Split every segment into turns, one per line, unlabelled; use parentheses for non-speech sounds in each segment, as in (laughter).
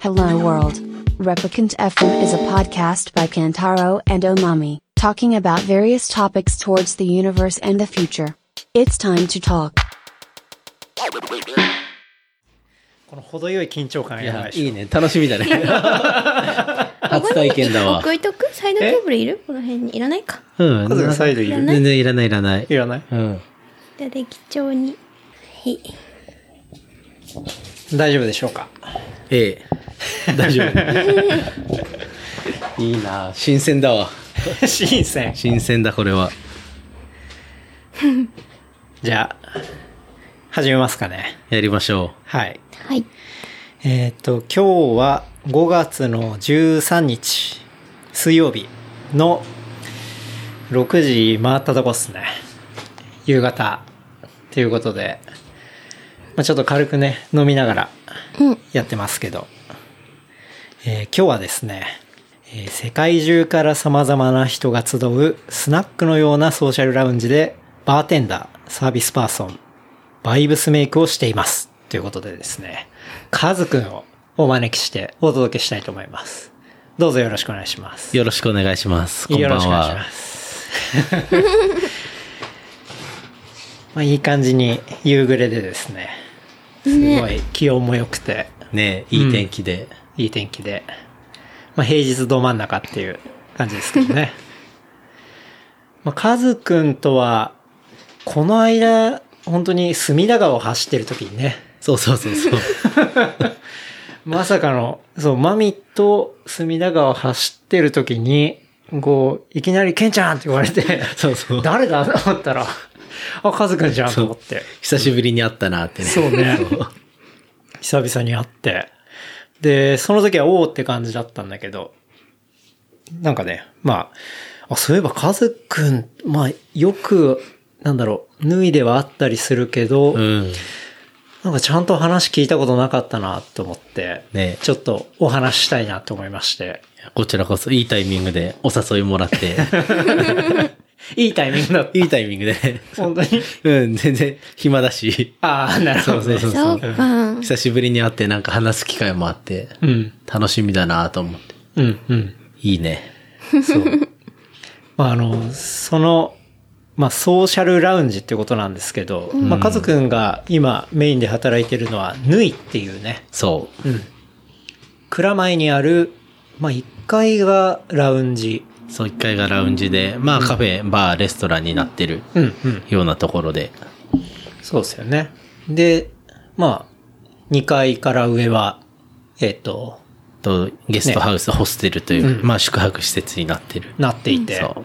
Hello World. Replicant FM is a podcast by Kantaro and Omami, talking about various topics towards the universe and the future. It's time to talk.
この程よい緊張感
い
やらな
や
い、でしょ
いいね。楽しみ
(laughs)
だね。初体験だわ
置。いとくサイドテーブルいるこの辺に。いらないか。
うん。
家族サイドいる
全然いらないいらない
い。らない
うん。
じゃあ、適当に。はい。
大丈夫でしょう (laughs) か
ええ。大丈
(laughs)
夫。いいな新鮮だわ。
新鮮
新鮮だ、これは。
じゃあ始めますかね
やりましょ
はい
はい。
えっ、と今日は5月の13日水曜日の6時回ったとこっすね夕方ということで、まあ、ちょっと軽くね飲みながら
うん。
やってますけど、えー今日はですね、えー世界中から様々な人が集うスナックのようなソーシャルラウンジでバーテンダー、サービスパーソン、バイブスメイクをしています。ということでですね、カズくんをお招きしてお届けしたいと思います。どうぞよろしくお願いします。
う。よろしくお願いします。こんばん
よろしくお願いし
は
ま。す。 (laughs) まあいい感じに夕暮れでですね、すごい気温も良くて、
ねいい天気で。
いい天気で。まあ、平日ど真ん中っていう感じですけどね。 (laughs) まあ、カズくんとは、この間、本当に隅田川を走ってる時にね、
そうそうそうそう。
まさかの、そう、マミと隅田川を走ってる時に、こう、いきなり、ケンちゃんって言われて、 (laughs)
そうそう。
誰だと思ったら、あ、カズくんじゃんと思って。
久しぶりに会ったなってね。
そうね。久々に会って。で、その時はおおって感じだったんだけど、なんかね、まあ、あそういえばカズくん、まあ、よく、なんだろう、脱いではあったりするけど、
うん。
なんかちゃんと話聞いたことなかったなと思って、
ね
ちょっとお話ししたいなと思いまして、
こちらこそいいタイミングでお誘いも
(laughs)
らって。
いいタイミングだ (laughs) った。
いいタイミングで。
本当に。
うん、全然暇だし。
ああ、なるほ
そう
ど、ね。
そうそうそ
そうう。か。
久しぶりに会ってなんか話す機会もあって、
うん、
楽しみだなと思って。
うん、うん。
いいね。
そう。 (laughs) まあ、あの、その、まあ、ソーシャルラウンジってことなんですけど、まあ、カズくんが今メインで働いてるのは、ヌイっていうね、
そ
うん。蔵前にある、まあ、1階がラウンジ。
う。そう、1階がラウンジで、まあカフェ、バー、レストランになってる
うん、うん。
ようなところで。
そうですよね。で、まあ、2階から上は、えっ、と、
と、ゲストハウス、ホステルという、
うん
まあ宿泊施設になってる。
なっていて。
そう。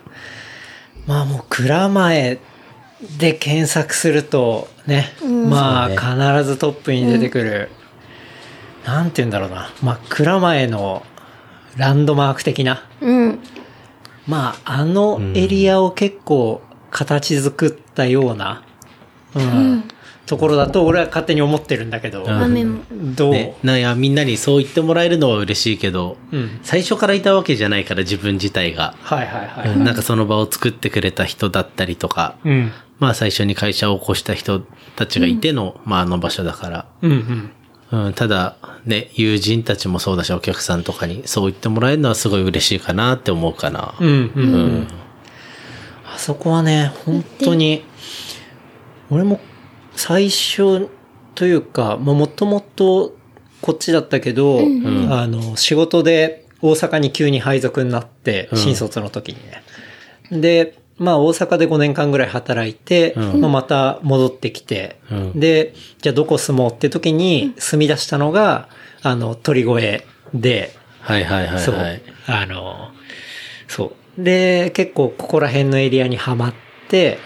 まあもう蔵前で検索するとね、まあ
そう
必ずトップに出てくる、なんて言うんだろうな、まあ蔵前のランドマーク的な、
うん。
まああのエリアを結構形作ったような、うんところだと俺は勝手に思ってるんだけど、
うん
雨も。
どう、
ね、なんや、みんなにそう言ってもらえるのは嬉しいけど、
うん。
最初からいたわけじゃないから自分自体が。
はいはいはい。
うんなんかその場を作ってくれた人だったりとか、
うん。
まあ最初に会社を起こした人たちがいての、まああの場所だから。
うんうん。
うん、ただ、ね、友人たちもそうだし、お客さんとかにそう言ってもらえるのはすごい嬉しいかなって思うかな。
うんうん
う。
うんん。あそこはね、本当に、俺も最初というか、まあ、もともとこっちだったけど、あの、仕事で大阪に急に配属になって、
ん
新卒の時にね。で、まあ大阪で5年間ぐらい働いて、
うん
まあ、また戻ってきて、
うん
で、じゃあどこ住もうって時に住み出したのが、あの、鳥越で、
はいはいはい
そう
はい。。
あの、そう。で、結構ここら辺のエリアにはまって、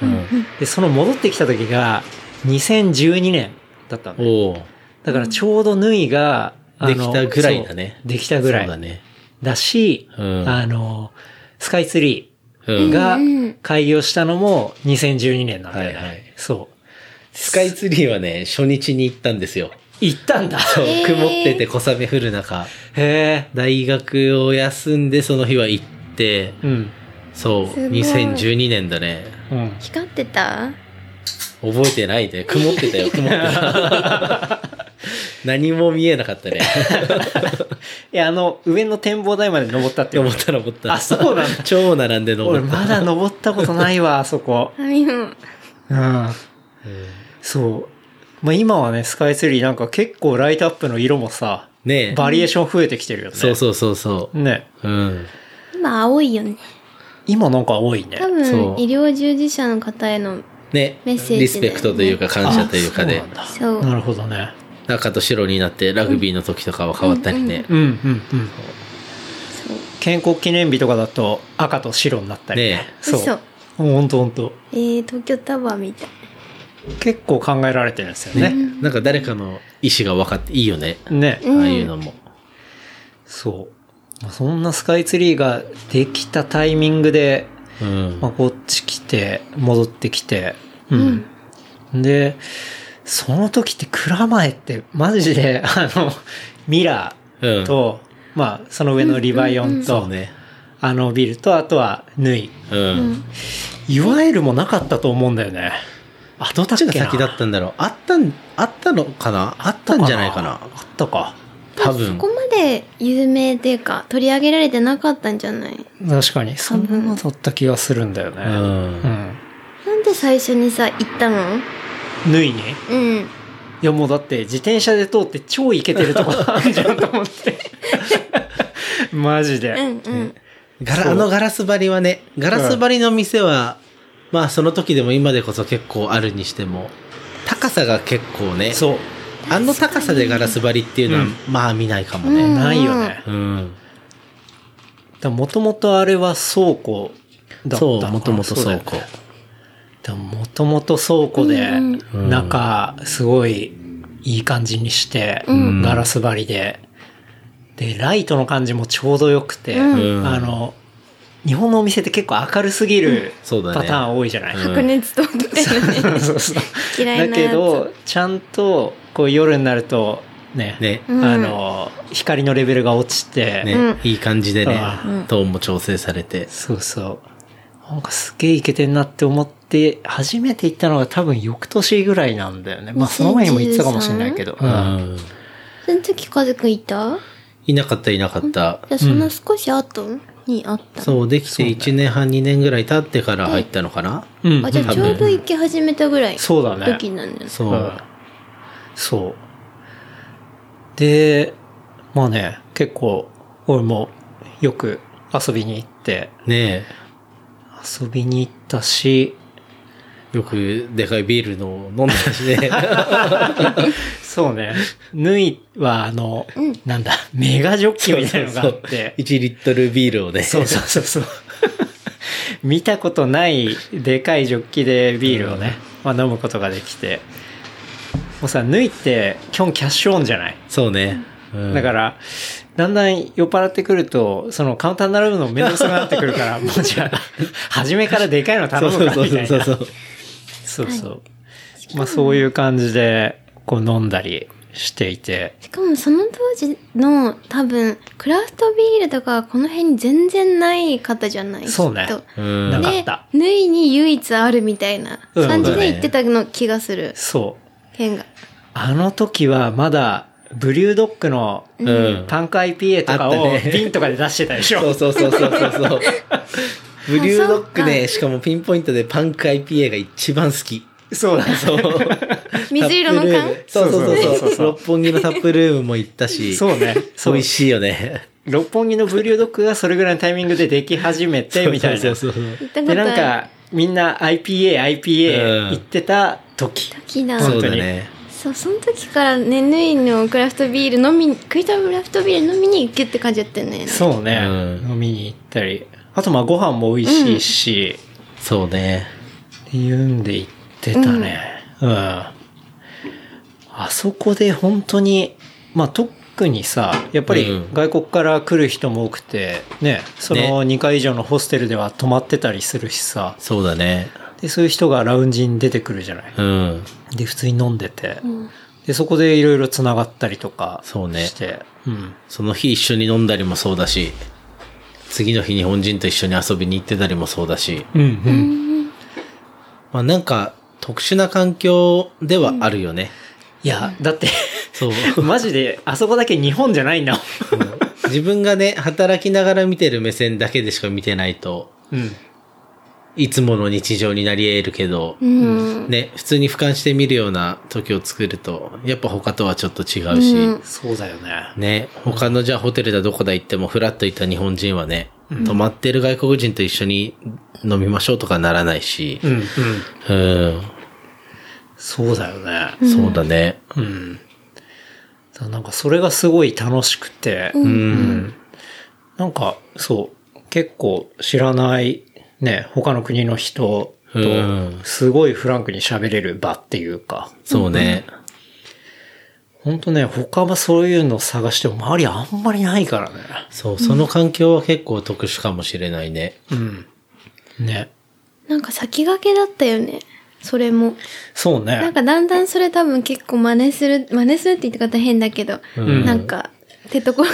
で、その戻ってきた時が2012年だったのね。
おお
だからちょうど縫いが、あの
できたぐらいだね
そうできたぐら
そうだ
い
ね。
だし、
うん
あの、スカイツリ
うん。
ーが
ん
開業したのも2012年なんだよね。
はいはい
そう。
スカイツリーはね、初日に行ったんですよ。
行ったんだ。
そう、
へー
曇ってて小雨降る中、
へえ。
大学を休んでその日は行って、
うん。
そう、
すごい
2012年だね。
うん。
光ってた
(laughs)
覚えてないで、曇ってたよ、曇ってた。何も見えなかったね。
いや、あの、上の展望台まで登ったって思っ。
登ったたら登った。
あそうなんだ
(laughs) 超並んで
俺
登った。
まだ登ったことないわ、あそこ。
あ、みも。
うん。そう。まあ今はね、スカイツリーなんか結構ライトアップの色もさ、
ねえ。
バリエーション増えてきてるよね。
そうそうそうそ
ね。
う。うん。
今、青いよね。
今なんか多いね
多。
そう
分、医療従事者の方への、
ね。
メッセージだよね
リスペクトというか感謝というか
あ
で、
そうな
そ
んだ。な
う。
るほどね。
赤と白になってラグビーの時とかは変わったりね。
うんうんうん。建国記念日とかだと赤と白になったり。
ね
そう。
嘘
ほんとほんと。
えー、東京タワーみたい。
結構考えられてるんですよ
ね
ね。。
なんか誰かの意思が分かっていいよね。
ね。
ああいうのも。
そう。まあ、そんなスカイツリーができたタイミングで、
うん
まあ、。こっち来て、戻ってきて、うん。で、その時って蔵前って、マジで、 (laughs) あの、ミラ
う
ー
ん。
と、まあ、その上のリヴァイオンと、
そうね。
あのビルと、あとは、縫い。
うん。
いわゆるもなかったと思うんだよね。あ、どっ
どっち
ち
が
が
先だったんだろう。あったん、あったのかなあったんじゃないか
あ
な。
ったか。
多
そ
分
こ。まで有名っていうか、取り上げられてなかったんじゃない
確かに、そんなのだった気がするんだよ
う。
ね。うんん。
なんで最初にさ、行ったの
縫いに
うん。
いやもうだって自転車で通って超イケてるとこあるじゃんと思
(laughs)
って。マジで。
うんうん。
ガラあのガラス張りはね、ガラス張りの店は、まあその時でも今でこそ結構あるにしても、高さが結構ね、
そう。
あの高さでガラス張りっていうのは、
うん
まあ見ないかも
う
ね。
ん
ないよね。
うん。
もともとあれは倉庫だった
そ
の
う、
かな
もともと倉庫。。
もともと倉庫で
うん、
うん
中、すごいいい感じにして、
ん
ガラス張りで、で、ライトの感じもちょうどよくて、
うん
あの、日本のお店って結構明るすぎる
そうだ
パ
ね
ターン多いじゃない、
うん
白熱とってるね。
(laughs) そうそう
嫌いなや
だ
つ
けどちゃんとこう夜になるとね
ね
うん
あの光のレベルが落ちて、
ね、
うん
いい感じでね
う、
トーンも調整されて。
そうそうなんかすげえいけてんなって思って初めて行ったのが多分翌年ぐらいなんだよねまあその前にも行ってたかもしれないけど、
う
うん
ん。
その時、カズくんいた
いなかった、いなかった。
じゃあその少し後にあったの、
そう、できて1年半、2年ぐらい経ってから入ったのかな。
うん
あ、じゃあちょうど行き始めたぐらい。
そうだね。
時なんだね。
そううん
そうでまあね結構俺もよく遊びに行って
ね
遊びに行ったし
えよくでかいビールの飲んだ
(laughs)
しね。
そうね。ぬいは、あの、なんだ、メガジョッキみたいなのがあ
(laughs)
って。
1リットルビールをね。
そうそうそうそう。 (laughs) 見たことないでかいジョッキでビールをね、まあ、飲むことができて。もうさ、ぬいって基本キャッシュオンじゃない、
(laughs) そうね。うん
だから、だんだん酔っ払ってくると、そのカウンター並ぶのめんどくさくなってくる
(laughs)
から、もうじゃあ、初めからでかいの頼むかみたいな。
そうそうそうそう。
そうそう。まあそういう感じで、こう飲んだりしていて。
しかもその当時の多分、クラフトビールとかこの辺に全然ない方じゃない
そうね
きっと
うん
なかっ
で
た、
縫いに唯一あるみたいな
うん
感じ
そうだ
で
ね
言ってたの気がする。
そう。
県が。
あの時はまだ、ブリュードックの
うん
パンク IPA とか
あった
を
ね
瓶とかで出してたでしょ。
そうそうそうそうそうそう。ブリュードック
あそっ
ね、しかもピンポイントでパンク IPA が一番好き。
そうだね。 (laughs)
そう。
水色の缶
そうそ
そう
うそう
そうそうそう
六本木のタップルームも行ったし。
そうね。そ
美
う
味。しいよね。
六本木のブリュードックがそれぐらいのタイミングででき始めて、みたいな。
そう
で、
そうそうそう。
行ったことある。
なんか、みんな IPA、IPA
うん
行ってた時。
時だ。
そうだね。
そう、その時からね、縫いのクラフトビール飲み、食いたクラフトビール飲みに行くって感じやったよね。
そうね。
うん
飲みに行ったり。あとまあご飯も美味しいし。
そうね。
っていうんで行ってたね。うん。あそこで本当に、まあ特にさ、やっぱり
うん
外国から来る人も多くて、ね、その
ね
2階以上のホステルでは泊まってたりするしさ、
そうだね。
で、そういう人がラウンジに出てくるじゃない。
うん。
で、普通に飲んでて、で、そこでいろいろ繋がったりとか
そうね
して、うん。
その日一緒に飲んだりもそうだし、次の日日本人と一緒に遊びに行ってたりもそうだし、
うんうん。
まあなんか特殊な環境ではあるよね。
いや、だって、 (laughs)
そう。
マジで、あそこだけ日本じゃないんだも
自分がね、働きながら見てる目線だけでしか見てないと、
ん。うん。
いつもの日常になり得るけど、
うん。
ね、普通に俯瞰して見るような時を作ると、やっぱ他とはちょっと違うし、
うん
そうだよね。
ね、他のじゃあホテルだどこだ行ってもフラッと行った日本人はね、泊まってる外国人と一緒に飲みましょうとかならないし
う、ん、うん。
うん、
そうだよね。
そうだね。
うん。だからなんかそれがすごい楽しくて、
ん
うんなんかそう、結構知らないね、他の国の人
う
と、
ん、
すごいフランクに喋れる場っていうか、
そうね。
ほんとね、他はそういうの探しても周りあんまりないからね。
そう、その環境は結構特殊かもしれないね。
うん。ね。
なんか先駆けだったよね。それも。
そうね。
なんかだんだんそれ多分結構真似する、真似するって言って方変だけど、
うん
なんか、ってとこが、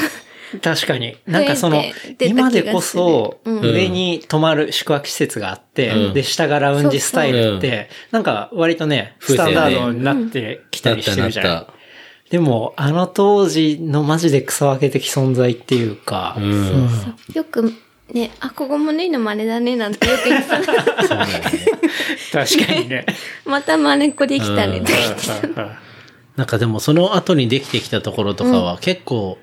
確かに。なんかその
増えて、出た気が
今でこそ、
する
うん
上に泊まる宿泊施設があって、
うん
で、下がラウンジスタイルって、なんか割とね、
増
ス
え
タ
たよ
ン
ね
ダードになってきた
なっ
りしたて
な
る
っ
じゃない、
た。
でも、あの当時のマジで草分け的存在っていうか、
うん。
よく、ね、あ、ここも縫いの真似だね、なんてよく言ってた。
そうだね。
確かに (laughs) ね。
また真似っこできたね、とか言って
(laughs) なんかでもその後にできてきたところとかは結構、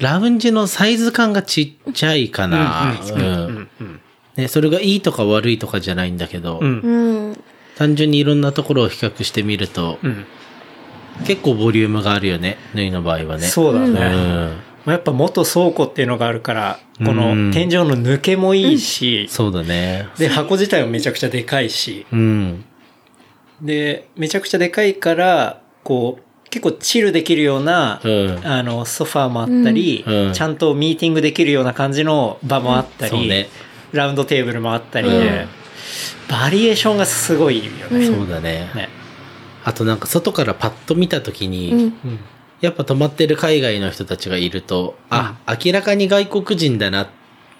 ラウンジのサイズ感がちっちゃいかな。
う
うん
んうん
ね、それがいいとか悪いとかじゃないんだけど、
うん
うん。
単純にいろんなところを比較してみると、
うん
結構ボリュームがあるよね、縫いの場合はね。
そうだね。
う
ま
ん。
あやっぱ元倉庫っていうのがあるから、こ
う
の
ん
天井の抜けもいいし、
そうだね。
で、箱自体もめちゃくちゃでかいし、
うん。
で、めちゃくちゃでかいから、こう、結構チルできるような、
うん。
あの、ソファーもあったり、
うん
ちゃんとミーティングできるような感じの場もあったり、
そうね。
ラウンドテーブルもあったりで、バリエーションがすごいよね。
うん
そうだね。
ね
あとなんか外からパッと見た時に、
うん。
うん
やっぱ泊まってる海外の人たちがいると、あ、明らかに外国人だなっ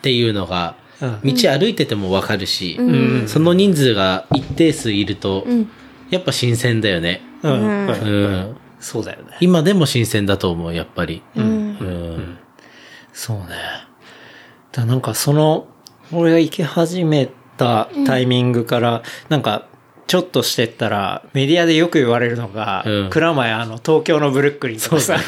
ていうのが、
うん
道歩いててもわかるし、
うん
うん
その人数が一定数いると、
うん。
やっぱ新鮮だよね。
うん
う
うん
ん。
そうだよね。
今でも新鮮だと思う、やっぱり。
う。
うんん。
そうね。だなんかその、俺が行き始めたタイミングから、なんか、ちょっとしてったら、メディアでよく言われるのが、
うん
蔵前あの、東京のブルックリンとかさ、 (laughs)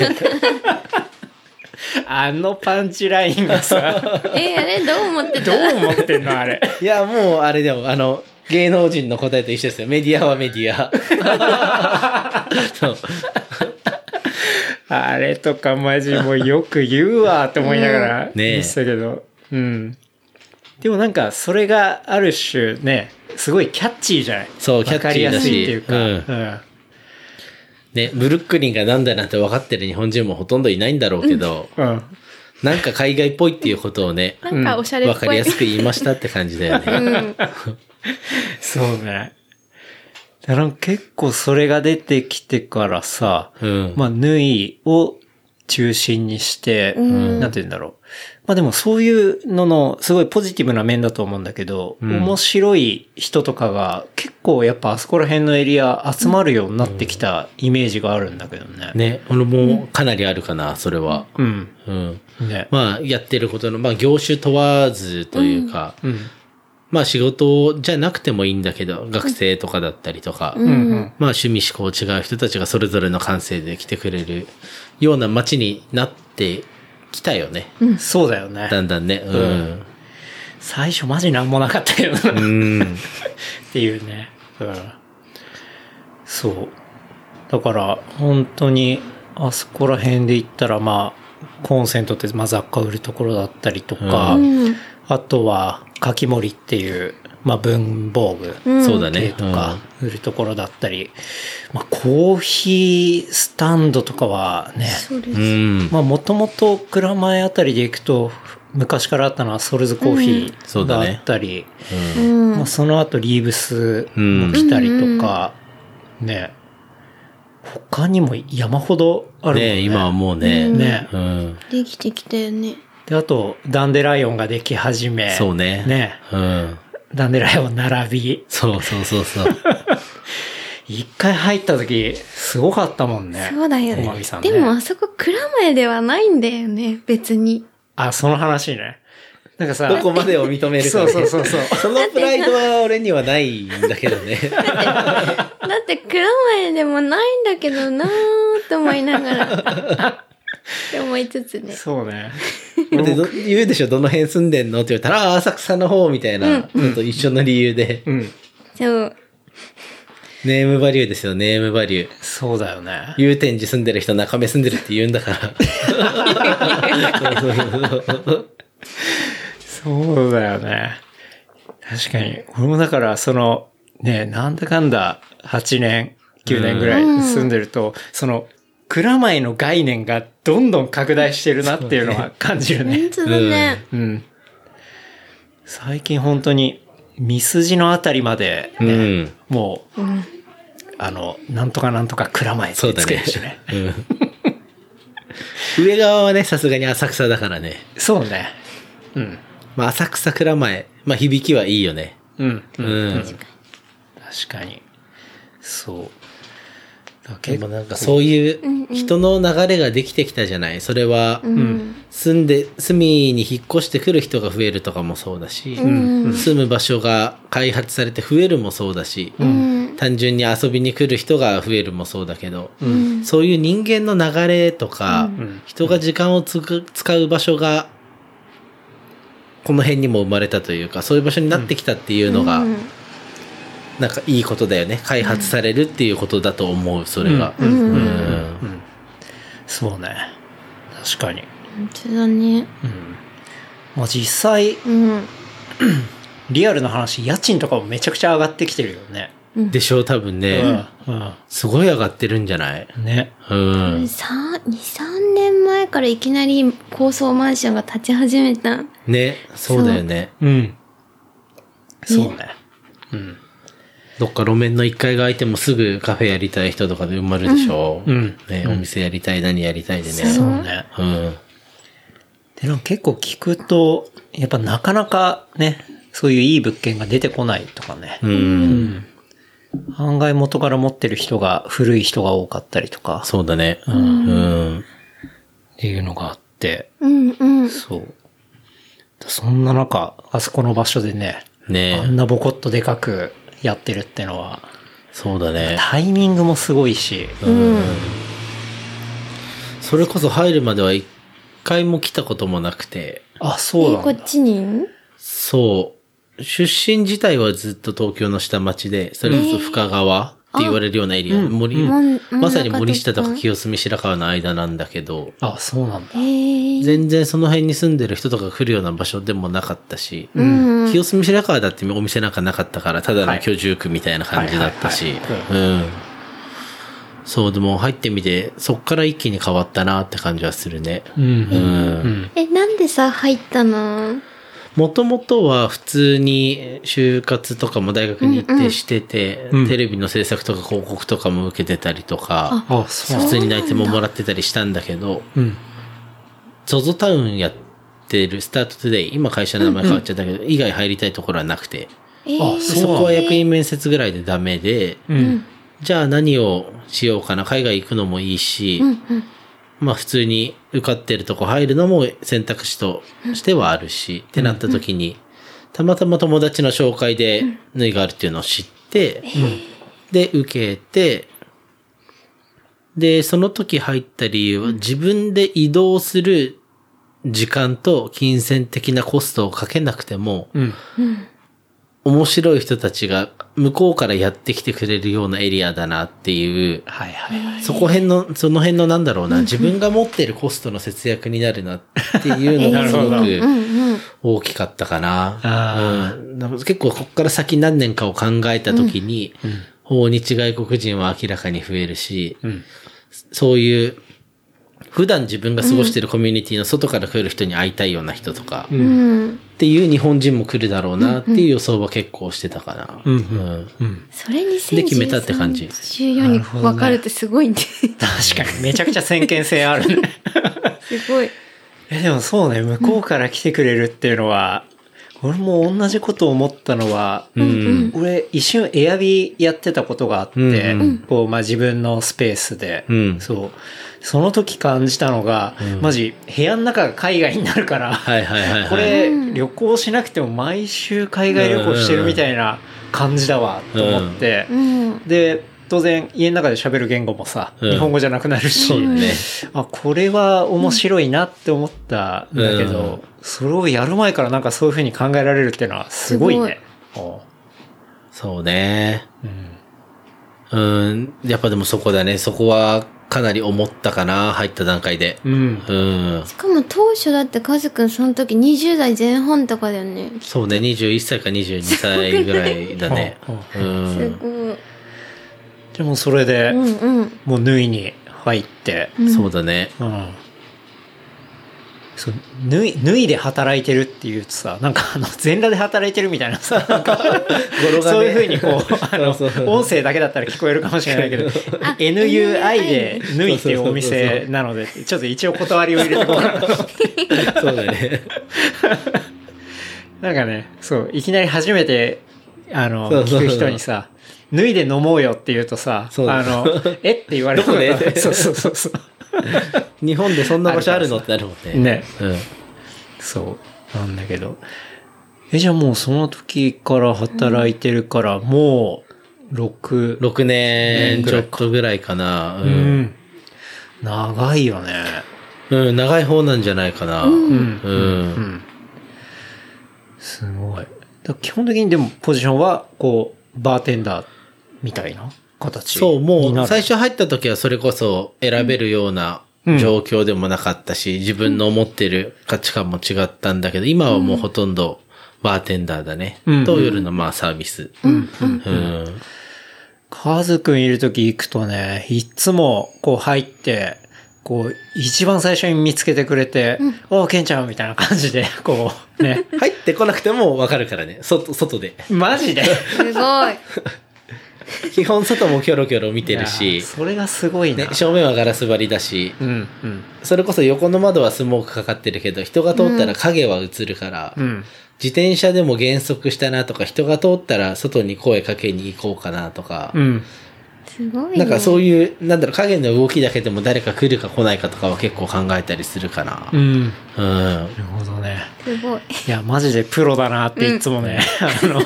あのパンチラインが
(laughs)
さ、
え、あれどう思って
どう
た
思ってんのあれ。
いや、もうあれでも、あの、芸能人の答えと一緒ですよ。メディアはメディア。そう。
あれとかマジもうよく言うわと思いながら
ねえ
見てたけど。うん。でもなんかそれがある種ね、すごいキャッチーじゃない
そうキャッチー
わか
だし
りやすいっていうか。
う (laughs) ね、ブルックリンがなんだなんて分かってる日本人もほとんどいないんだろうけど、
うん。うん。
なんか海外っぽいっていうことをね、
なんかおしゃれ
分
っ
か
ぽ
り
い
や。すく言いましたって感じだよね。
うん。
そうね。だから結構それが出てきてからさ、
うん。
まあ、縫いを中心にして、
うん
なんて言うんだろう。まあでもそういうのの、すごいポジティブな面だと思うんだけど、
うん
面白い人とかが結構やっぱあそこら辺のエリア集まるようになってきたイメージがあるんだけどね。
ね、俺もかなりあるかな、それは。
うん。
うん。
ね。
まあ、やってることの、まあ、業種問わずというか、
うん。
まあ、仕事じゃなくてもいいんだけど、学生とかだったりとか、
う
うん
ん。
まあ、趣味思考違う人たちがそれぞれの感性で来てくれるような街になってきたよね。
うん。そうだよね。
だんだんね。うん。
最初マジなんもなかったけどな
うん。
っていうね。うん。そう。だから、本当に、あそこら辺で言ったら、まあ、コンセントって、まあ、雑貨売るところだったりとか、
う
うん。
あとは、かき盛りっていう、まあ、文房具
ん
そうだ
系
ね。
とか、売るところだったり、まあ、コーヒースタンドとかはね、
そうで
うん。
す。
うん。
まあ、もともと蔵前あたりで行くと、昔からあったのはソルズコーヒ
そ
ー
うだ
が
ね
あったり、
う
まあ、
ん。
その後リーブスも来たりとか、ね他にも山ほどあるもんね
ね今はもうね。
うん
ね
うん。
できてきたよね。
であとダンデライオンができ始め
そうね。
ね
うん。
ダンデライオン並び
そうそうそうそう。
一回入った時、すごかったもんね。
そうだよ
おまみさんね。
でもあそこ蔵前ではないんだよね、別に。
あ、その話ね。なんかさ、
(laughs) どこまでを認めるか、
そう
ね。
そうそうそう。
そのプライドは俺にはないんだけど
(laughs)
ね。
だって蔵前でもないんだけどなーと思いながら。って思いつつね。
そうね。
でど言うでしょ、どの辺住んでんのって言ったら、あー浅草の方みたいな、ちょっと一緒の理由で、
うん。
そう。
ネームバリューですよ、ネームバリュー。
そうだよね。
祐天寺住んでる人、中目住んでるって言うん
(laughs)
だから。そうそうそう
そうだよね。確かに。俺もだから、その、ね、なんだかんだ8年、9年ぐらい住んでると、その、蔵前の概念がどんどん拡大してるなっていうのは感じるね
本。当だね。
うん。最近本当に、ミスジのあたりまで、ね
うん
もう、あの、なんとかなんとか蔵前って
そう
つ
だ
け
ね
るしね。。
うん上側はね、さすがに浅草だからね。
そうね。うん。
まあ、浅草蔵前。まあ、響きはいいよね。
うん。う。
うんん。
確かに。そう。だから
で
結構
もなんかそういう人の流れができてきたじゃない。それは、
うん。
住んで、住みに引っ越してくる人が増えるとかもそうだし、
ん
住む場所が開発されて増えるもそうだし、
うん。
単純に遊びに来る人が増えるもそうだけど、そういう人間の流れとか、
ん
人が時間をつく使う場所が、この辺にも生まれたというか、そういう場所になってきたっていうのが、
うん
なんかいいことだよね。開発されるっていうことだと思う、それが。
うん
うん
うん
そうね。確かに。
本当だね。
うん。まあ実際、
うん。
リアルな話、家賃とかもめちゃくちゃ上がってきてるよね。
でしょう、多分ね、
うん。
すごい上がってるんじゃない
ね。
うん。
さ2、3年前からいきなり高層マンションが建ち始めた。
ね、そうだよね。
うん。そうね。うん。
どっか路面の1階が空いてもすぐカフェやりたい人とかで埋まるでしょ、
うんうん
ね、お店やりたい、何やりたいでね。
そうね。
うん。
で、なんか結構聞くと、やっぱなかなかね、そういういい物件が出てこないとかね。
うん。
案外元から持ってる人が、古い人が多かったりとか、
そうだね。うん。
っていうのがあって、
うんうん。
そう。そんな中、あそこの場所でね、あん
ね
なボコッとでかくやってるってのは、
そうだね。
タイミングもすごいし、
それこそ入るまでは1回も来たこともなくて、
あ、そう
え、こ
なん
っ
だ。
ちに
そう。出身自体はずっと東京の下町で、それこそ深川って言われるようなエリア、森、
ん
まさに森下と
真
か
ん中
清澄白河の間なんだけど、
あ、そうなんだ。
えー。
全然その辺に住んでる人とか来るような場所でもなかったし、
うん。
清澄白河だってお店なんかなかったから、ただの居住区みたいな感じだった
は
し
いはい、
うん。そう、でも入ってみて、そっから一気に変わったなって感じはするね。
うん。う
う。
んん。
え、なんでさ、入ったの
もともとは普通に就活とかも大学に行ってしてて、
うんうん
テレビの制作とか広告とかも受けてたりとか、
あ、そう
普通に内定ももらってたりしたんだけど、
うん。
ZOZO タウンやってるスタートトゥデイ、今会社の名前変わっちゃったけど、以外入りたいところはなくて、
えー、
あ
でそこは役員面接ぐらいでダメで、
うん。
じゃあ何をしようかな、海外行くのもいいし、まあ普通に受かってるとこ入るのも選択肢としてはあるし、ってなった時に、たまたま友達の紹介で縫いがあるっていうのを知って、で、受けて、で、その時入った理由は自分で移動する時間と金銭的なコストをかけなくても、
うん。
面白い人たちが向こうからやってきてくれるようなエリアだなっていう、
はいはいはい。
そこ辺の、その辺のなんだろうな、自分が持ってるコストの節約になるなっていうの
な
が
る
す
ほ
ご
ど
く
うんうん。
大きかったかな
あ。
うん、だから結構こっから先何年かを考えた時に、訪日外国人は明らかに増えるし、
ん
そういう、普段自分が過ごしてるコミュニティの外から来る人に会いたいような人とか、
うん。
っていう日本人も来るだろうなっていう予想は結構してたかな。
ん
うん
それに
で決めたって感じ
14に分かるってすごいね。
確かに、めちゃくちゃ先見性あ
(laughs)
るね。
すごい。
え、でもそうね、向こうから来てくれるっていうのは、俺も同じこと思ったのは、
うん。
俺一瞬エアビーやってたことがあって、
うんう
こう、まあ、自分のスペースで、
うん
そう。その時感じたのが、マジ部屋の中が海外になるから、
はいはいはいはい。
これ、旅行しなくても毎週海外旅行してるみたいな感じだわ、と思って、
うん。
で、当然家の中で喋る言語もさ、
うん
日本語じゃなくなるし、
そうだね。
あ、これは面白いなって思ったんだけど、
うん
それをやる前からなんかそういうふうに考えられるっていうのはすごいね。おう
そうね。
うん
うん。やっぱでもそこだね。そこはかなり思ったかな。入った段階で。
うん。
うん。
しかも当初だってカズくんその時20代前半とかだよね。
そうね。21歳か22歳ぐらいだ (laughs) ね。う
す
ん。
ごい。
でもそれで、
うんうん。
もう縫いに入って、
ん
そうだ (laughs) ね。
うん。そう、縫い、縫いで働いてるっていうとさ、なんかあの、全裸で働いてるみたいなさ、
(laughs)
なんか、
語呂がね
そういうふうに
(laughs)
こう、あの、
そう (laughs) そう
音声だけだったら聞こえるかもしれないけど、NUI で縫いっていうお店なので、ちょっと一応断りを入れてこう
(laughs)
かなと思って。
そうだね。
なんかね、そう、いきなり初めて、あの、
そうそう
聞く人にさ、脱いで飲もうよって言うとさ、
そう
あの、えって言われることが
どこで
そうそうそうそう。
日本でそんな場所あるのってなるもんね。
ね。
うん。
そう、なんだけど。え、じゃあもうその時から働いてるから、もう、6、
6年ちょっとぐらいかな。う。
うんん。長いよね。
うん、長い方なんじゃないかな。う。
うんん。うん。すごい。だから基本的にでもポジションは、こう、バーテンダーみたいな形
そう、も
にな
う
る
最初入った時はそれこそ選べるような
うん
状況でもなかったし、自分の思ってる価値観も違ったんだけど、今はもうほとんどバーテンダーだね。
うん
と夜のまあサービス。うん。うん。
カズくんいるとき行くとね、いっつもこう入って、こう、一番最初に見つけてくれて、おう、ケンちゃんみたいな感じで、こう、ね。
(laughs) 入ってこなくてもわかるからね。外、外で。
マジです
ごい。
基本外もキョロキョロ見てる
い
し
や、それがすごいな。
ね、正面はガラス張りだし、
うん、うん、
それこそ横の窓はスモークかかってるけど、人が通ったら影は映るから、
うん。
自転車でも減速したなとか、人が通ったら外に声かけに行こうかなとか、
うん。
すごい、ね。
なんかそういう、なんだろう、影の動きだけでも誰か来るか来ないかとかは結構考えたりするかな
う。ん。な
うん。
るほどね。
すごい。
いや、マジでプロだなっていつもね、あの、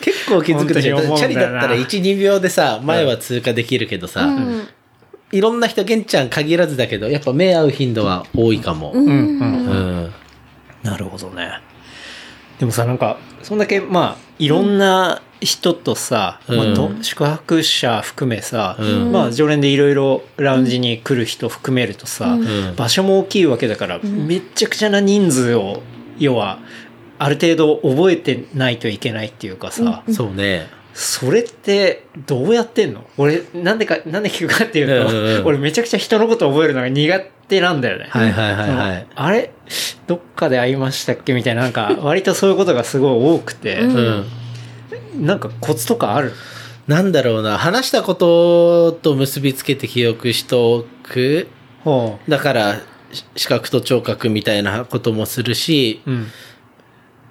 結構気づくでしょ。
本当に思うん
チ
だよな
ャリだったら1、2秒でさ、前は通過できるけどさ、
うん。
いろんな人、ケンちゃん限らずだけど、やっぱ目合う頻度は多いかも。
うん。
うん。
なるほどね。でもさ、なんか、そんだけ、まあ、いろんな人とさ、
うん
まあと宿泊者含めさ、
うん
まあ、常連でいろいろラウンジに来る人含めるとさ、
うん
うん
場所も大きいわけだから、めっちゃくちゃな人数を、要は、ある程度覚えてないといけないっていうかさ、
そうね。
それってどうやってんの俺、なんでか、なんで聞くかっていうと、
うんうんうん
俺めちゃくちゃ人のこと覚えるのが苦手なんだよね。
はいはいはいはい。
あれどっかで会いましたっけみたいな、なん
(laughs)
か、割とそういうことがすごい多くて、
うん
うん。
なんかコツとかある
なんだろうな、話したことと結びつけて記憶しておく。
ほ
だから、し視覚と聴覚みたいなこともするし、
う。うん。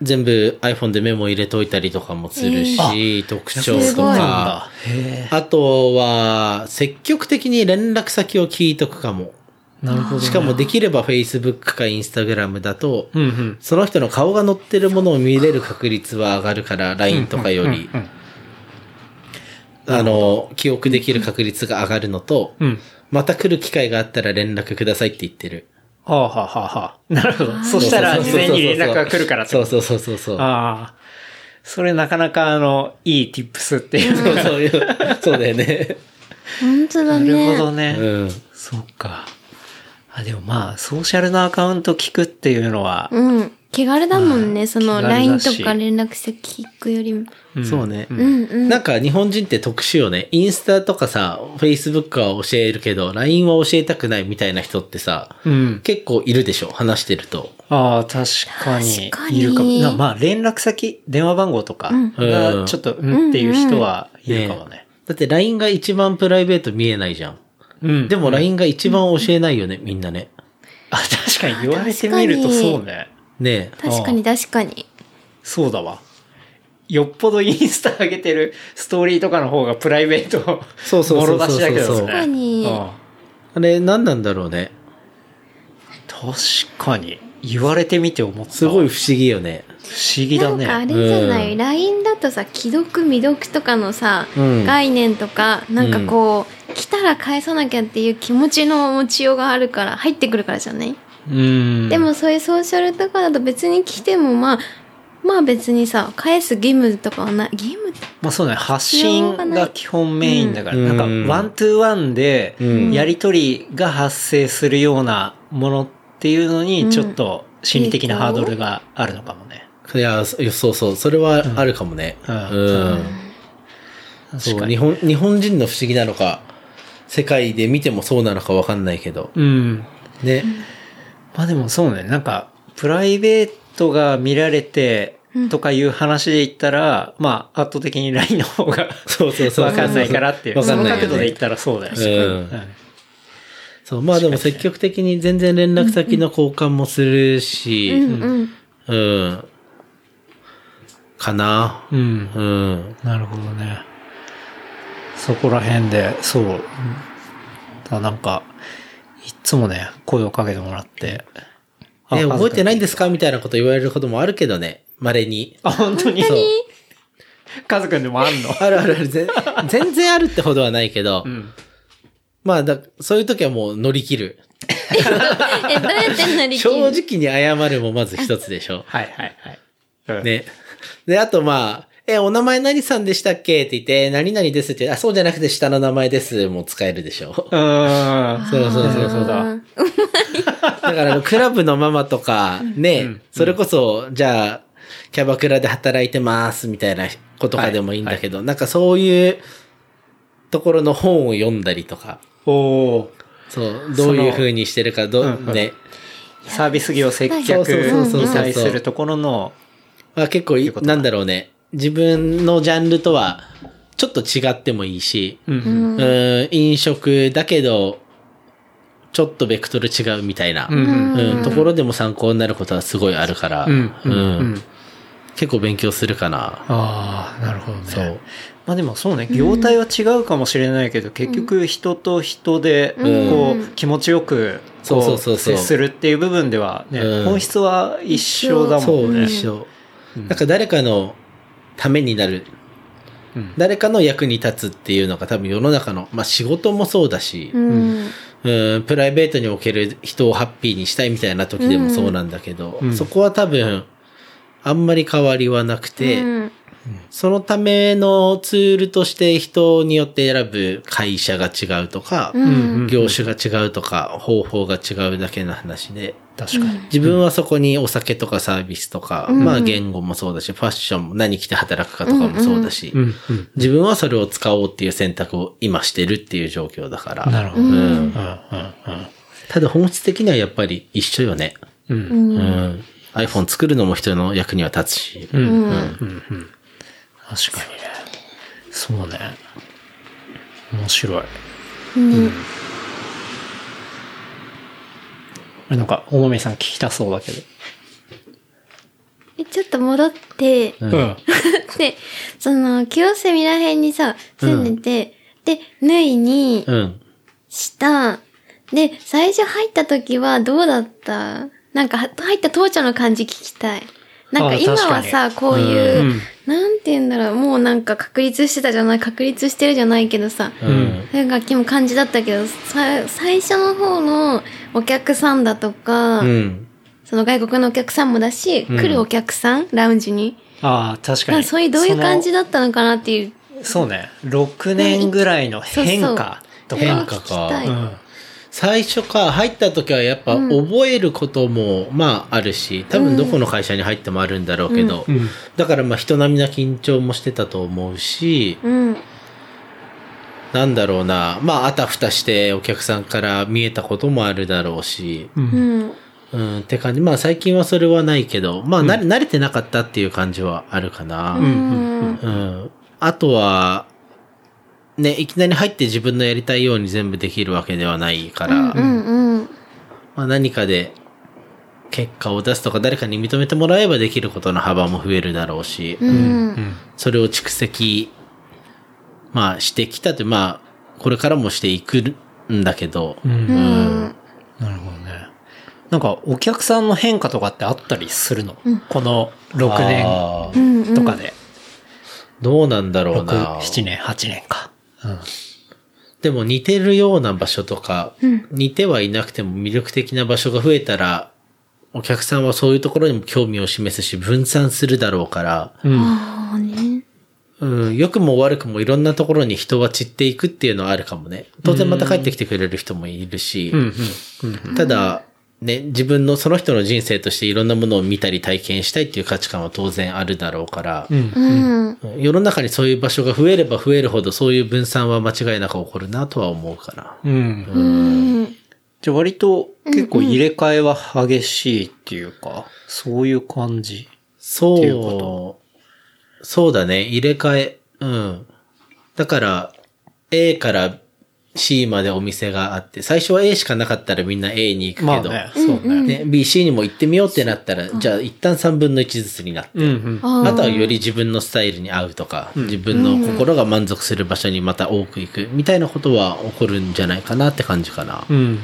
全部 iPhone でメモ入れといたりとかもするし、特徴
やっぱ
と
そうなん
か。
だ。へ
あとは、積極的に連絡先を聞いとくかも。
え。なるほどね。
しかもできれば Facebook か Instagram だと、
うんうん。
その人の顔が載ってるものを見れる確率は上がるから、LINE とかより、
うん
あの、記憶できる確率が上がるのと、
うん。うん。
また来る機会があったら連絡くださいって言ってる。
はあはあはあはあ。なるほど。そしたら
そう
事
そうそ
前
うそう
に連絡が来るからって
そ
こ
う
と
そうそうそうそう。
ああ。それなかなかあの、いい tips っていう
そうそういう、そうだよね。
本当
な
だね。
るほど (laughs)
う
ね。
ん。
そうか。あ、でもまあ、ソーシャルなアカウント聞くっていうのは、
うん。気軽だもんね。その
気軽
LINE
だし
とか連絡先聞くよりも。
そうね。
うんうん。
なんか日本人って特殊よね。インスタとかさ、Facebook は教えるけど、LINE は教えたくないみたいな人ってさ、
うん。
結構いるでしょ話してると。
ああ、確かに。
確かに
いるかも。なまあ、連絡先、電話番号とか
うん
が、ちょっと、うんっていう人はいるかもね。
だって LINE が一番プライベート見えないじゃん。
うん。
でも LINE が一番教えないよね、みんなね。
あ、確かに言われてみるとそうね。
ねえ。
確かに確かに。
そうだわ。よっぽどインスタ上げてるストーリーとかの方がプライベート、
そうそうそうそうそう
ボロ出しだけどね。
確かに
うん
あれ、何なんだろうね。
確かに。言われてみて思った。
すごい
不
不思議よね。
思議だね。
なんかあれじゃない、
うん
LINE だとさ既読未読とかのさ、
うん
概念とかなんかこう、来たら返さなきゃっていう気持ちの持ちようがあるから入ってくるからじゃない、
うん。
でもそういうソーシャルとかだと別に来てもまあまあ別にさ返す義務とかはない義務
まあそうだね、発信が基本メインだから、
うん
なんかワントゥーワンで
うん
やりとりが発生するようなものっていうのに、ちょっと心理的なハードルがあるのかもね。
いや、そうそう、それはあるかもね。
う
うんん。
確
そ
か
う日
に。
本、日本人の不思議なのか、世界で見てもそうなのかわかんないけど。
うん。
ね。
まあでもそうね、なんか、プライベートが見られて、とかいう話で言ったら、まあ、圧倒的に LINE の方が、
そうそうそう。
わかんないからっていう。
わかんないよね
その角度で言ったらそうだよね。
うんそう、まあでも積極的に全然連絡先の交換もするし、
うんうん
うん。かな。
うん。うん
うん。
なるほどね。そこら辺で、そう。うんだなんか、いっつもね、声をかけてもらって。あ
ね、覚えてないん
で
ですかみたいなこと言われることもあるけどね。稀に。
あ、本当に
そう。
(laughs) カズくんでもあ (laughs) んの
あるあるある。全全然あるってほどはないけど。
ん
まあだ、そういう時はもう乗り切る。
えどうやって乗り切
正直
る
に謝るもまず一つでしょ。
はいはいはい。うん、
ね。で、あとまあ、え、お名前何さんでしたっけって言って、何々ですって、あ、そうじゃなくて下の名前ですも使えるでしょ。
うーん。
そうそうそうそう。
だ
あー
だからあの、クラブのママとか、ね、それこそ、じゃあ、キャバクラで働いてますみたいな子とかでもいいんだけど、なんかそういうところの本を読んだりとか、
おー
そう、どういう風にしてるか、ど、
うんうん
ね。
サービス業接客
そう
そうそうそうそう
に対するところの、
まあ結構い
いうことだ
なんだろうね。自分のジャンルとは、ちょっと違ってもいいし、
うん
う
うん
うん
うん
ん、飲食だけど、ちょっとベクトル違うみたいな、
うんうん
うん、ところでも参考になることはすごいあるから、
うんうんう
うんん結構勉強するかな。
ああ、なるほどね。
そう。
まあでもそうね、業態は違うかもしれないけど、結局人と人で、
うん
こ
うん
う、気持ちよく、こ
そうそうそうそう
接するっていう部分ではね、
うん
本質は一緒だ
そ
もん
う、
ね。
一緒。なんか誰かのためになる、
うん
誰かの役に立つっていうのが多分世の中の、まあ仕事もそうだし、
うん
うん、プライベートにおける人をハッピーにしたいみたいな時でもそうなんだけど、
うん
そこは多分、あんまり変わりはなくて、
うん
そのためのツールとして人によって選ぶ会社が違うとか、
うん
うん
業種が違うとか、方法が違うだけの話で、
確かに。
自分はそこにお酒とかサービスとか、
うん
まあ言語もそうだし、ファッションも何着て働くかとかもそうだし、
うんうん
自分はそれを使おうっていう選択を今してるっていう状況だから。
なるほど
うん
うんうんうん
ただ本質的にはやっぱり一緒よね。
うん
うん。iPhone 作るのも人の役には立つし。
確かにね。そうね。面白い。うんなんか、大豆さん聞きたそうだけど。
えちょっと戻って、
うん。うん
で、その、清瀬ミラ辺にさ、住んでて、で、縫いに
うん。
した。で、最初入った時はどうだったなんか、は入った当初の感じ聞きたい。なん
あ
か
ー
今は
確か
さ、こういう、
うん
なんて言うんだろう、もうなんか確立してたじゃない、確立してるじゃないけどさ、
うん。
そういう楽器も感じだったけど、さ最初の方のお客さんだとか、
うん。
その外国のお客さんもだし、
うん
来るお客さん、ラウンジに。
ああ、確か
なん
に。
かそういうどういう感じ
だ
だったのかなっていう。
そうね。6年ぐらいの変化と
そうそう
か。
化か
聞きたい
うん
最初か、入った時はやっぱ覚えることも、まああるし、多分どこの会社に入ってもあるんだろうけど、
うん
だからまあ人並みな緊張もしてたと思うし、
うん。
なんだろうな、まああたふたしてお客さんから見えたこともあるだろうし、
うん
うん。
うん、って感じ。まあ最近はそれはないけど、まあ、な慣れてなかったっていう感じはあるかな。
う
うん。
ん。
あとは、ね、いきなり入って自分のやりたいように全部できるわけではないから、
うん。うん。
まあ何かで結果を出すとか誰かに認めてもらえばできることの幅も増えるだろうし、
うん。
それを蓄積、まあしてきたって、まあ、これからもしていくんだけど、
うん。
うん。
なるほどね。なんか、お客さんの変化とかってあったりするの、この6
あー
年とかで。
どうなんだろう
6
な、。
7年、8年か。
でも似てるような場所とか、似てはいなくても魅力的な場所が増えたら、お客さんはそういうところにも興味を示すし、分散するだろうから、
ああね。
うん、良くも悪くもいろんなところに人は散っていくっていうのはあるかもね。当然また帰ってきてくれる人もいるし、ただ、ね、自分のその人の人生としていろんなものを見たり体験したいっていう価値観は当然あるだろうから、
うん。
世の中にそういう場所が増えれば増えるほどそういう分散は間違いなく起こるなとは思うかな。
うん。
うん。
じゃあ割と結構入れ替えは激しいっていうか、そういう感じ。っていう
そ
こ
う。そうだね。入れ替え。うん。だから、A から C までお店があって、最初は A しかなかったらみんな A に行く
まあ
けど、
ね、そうね。
ね、B、C にも行ってみようってなったら、じゃあ一旦3分の1ずつになって、
うんうん。
あ
あとはより自分のスタイルに合うとか、自分の心が満足する場所にまた多く行く、みたいなことは起こるんじゃないかなって感じかな。
うん。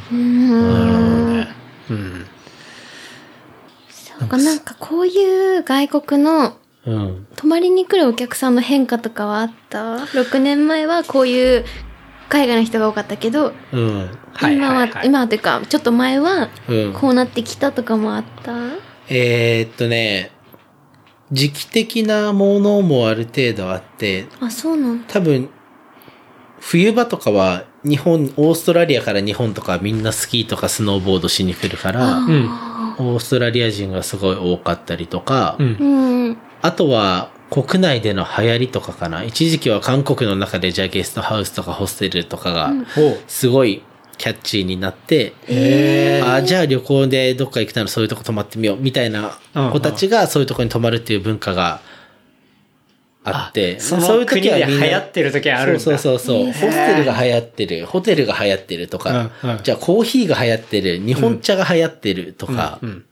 そうか、なんかこういう外国の
うん。
泊まりに来るお客さんの変化とかはあった ?6 年前はこういう海外の人が多かったけど、
うん。
はいはいはい
今は、今はというか、ちょっと前は、
うん。
こうなってきたとかもあった、
えーっとね、時期的なものもある程度あって、
あ、そうなんだ。
多分、冬場とかは日本、オーストラリアから日本とかみんなスキーとかスノーボードしに来るから、オーストラリア人がすごい多かったりとか、
うん
うん。
あとは国内での流行りとかかな。一時期は韓国の中でじゃあゲストハウスとかホステルとかが
お
すごいキャッチーになって、
へ
あじゃあ旅行でどっか行くならそういうとこ泊まってみようみたいな子たちがそういうとこに泊まるっていう文化があって、
その国で
み
流
んな
行ってる時あるんだ。
そうそうそうそう。ホステルが流行ってる、ホテルが流行ってるとか、
うんうん
じゃあコーヒーが流行ってる、日本茶が流行ってるとか、
うんうん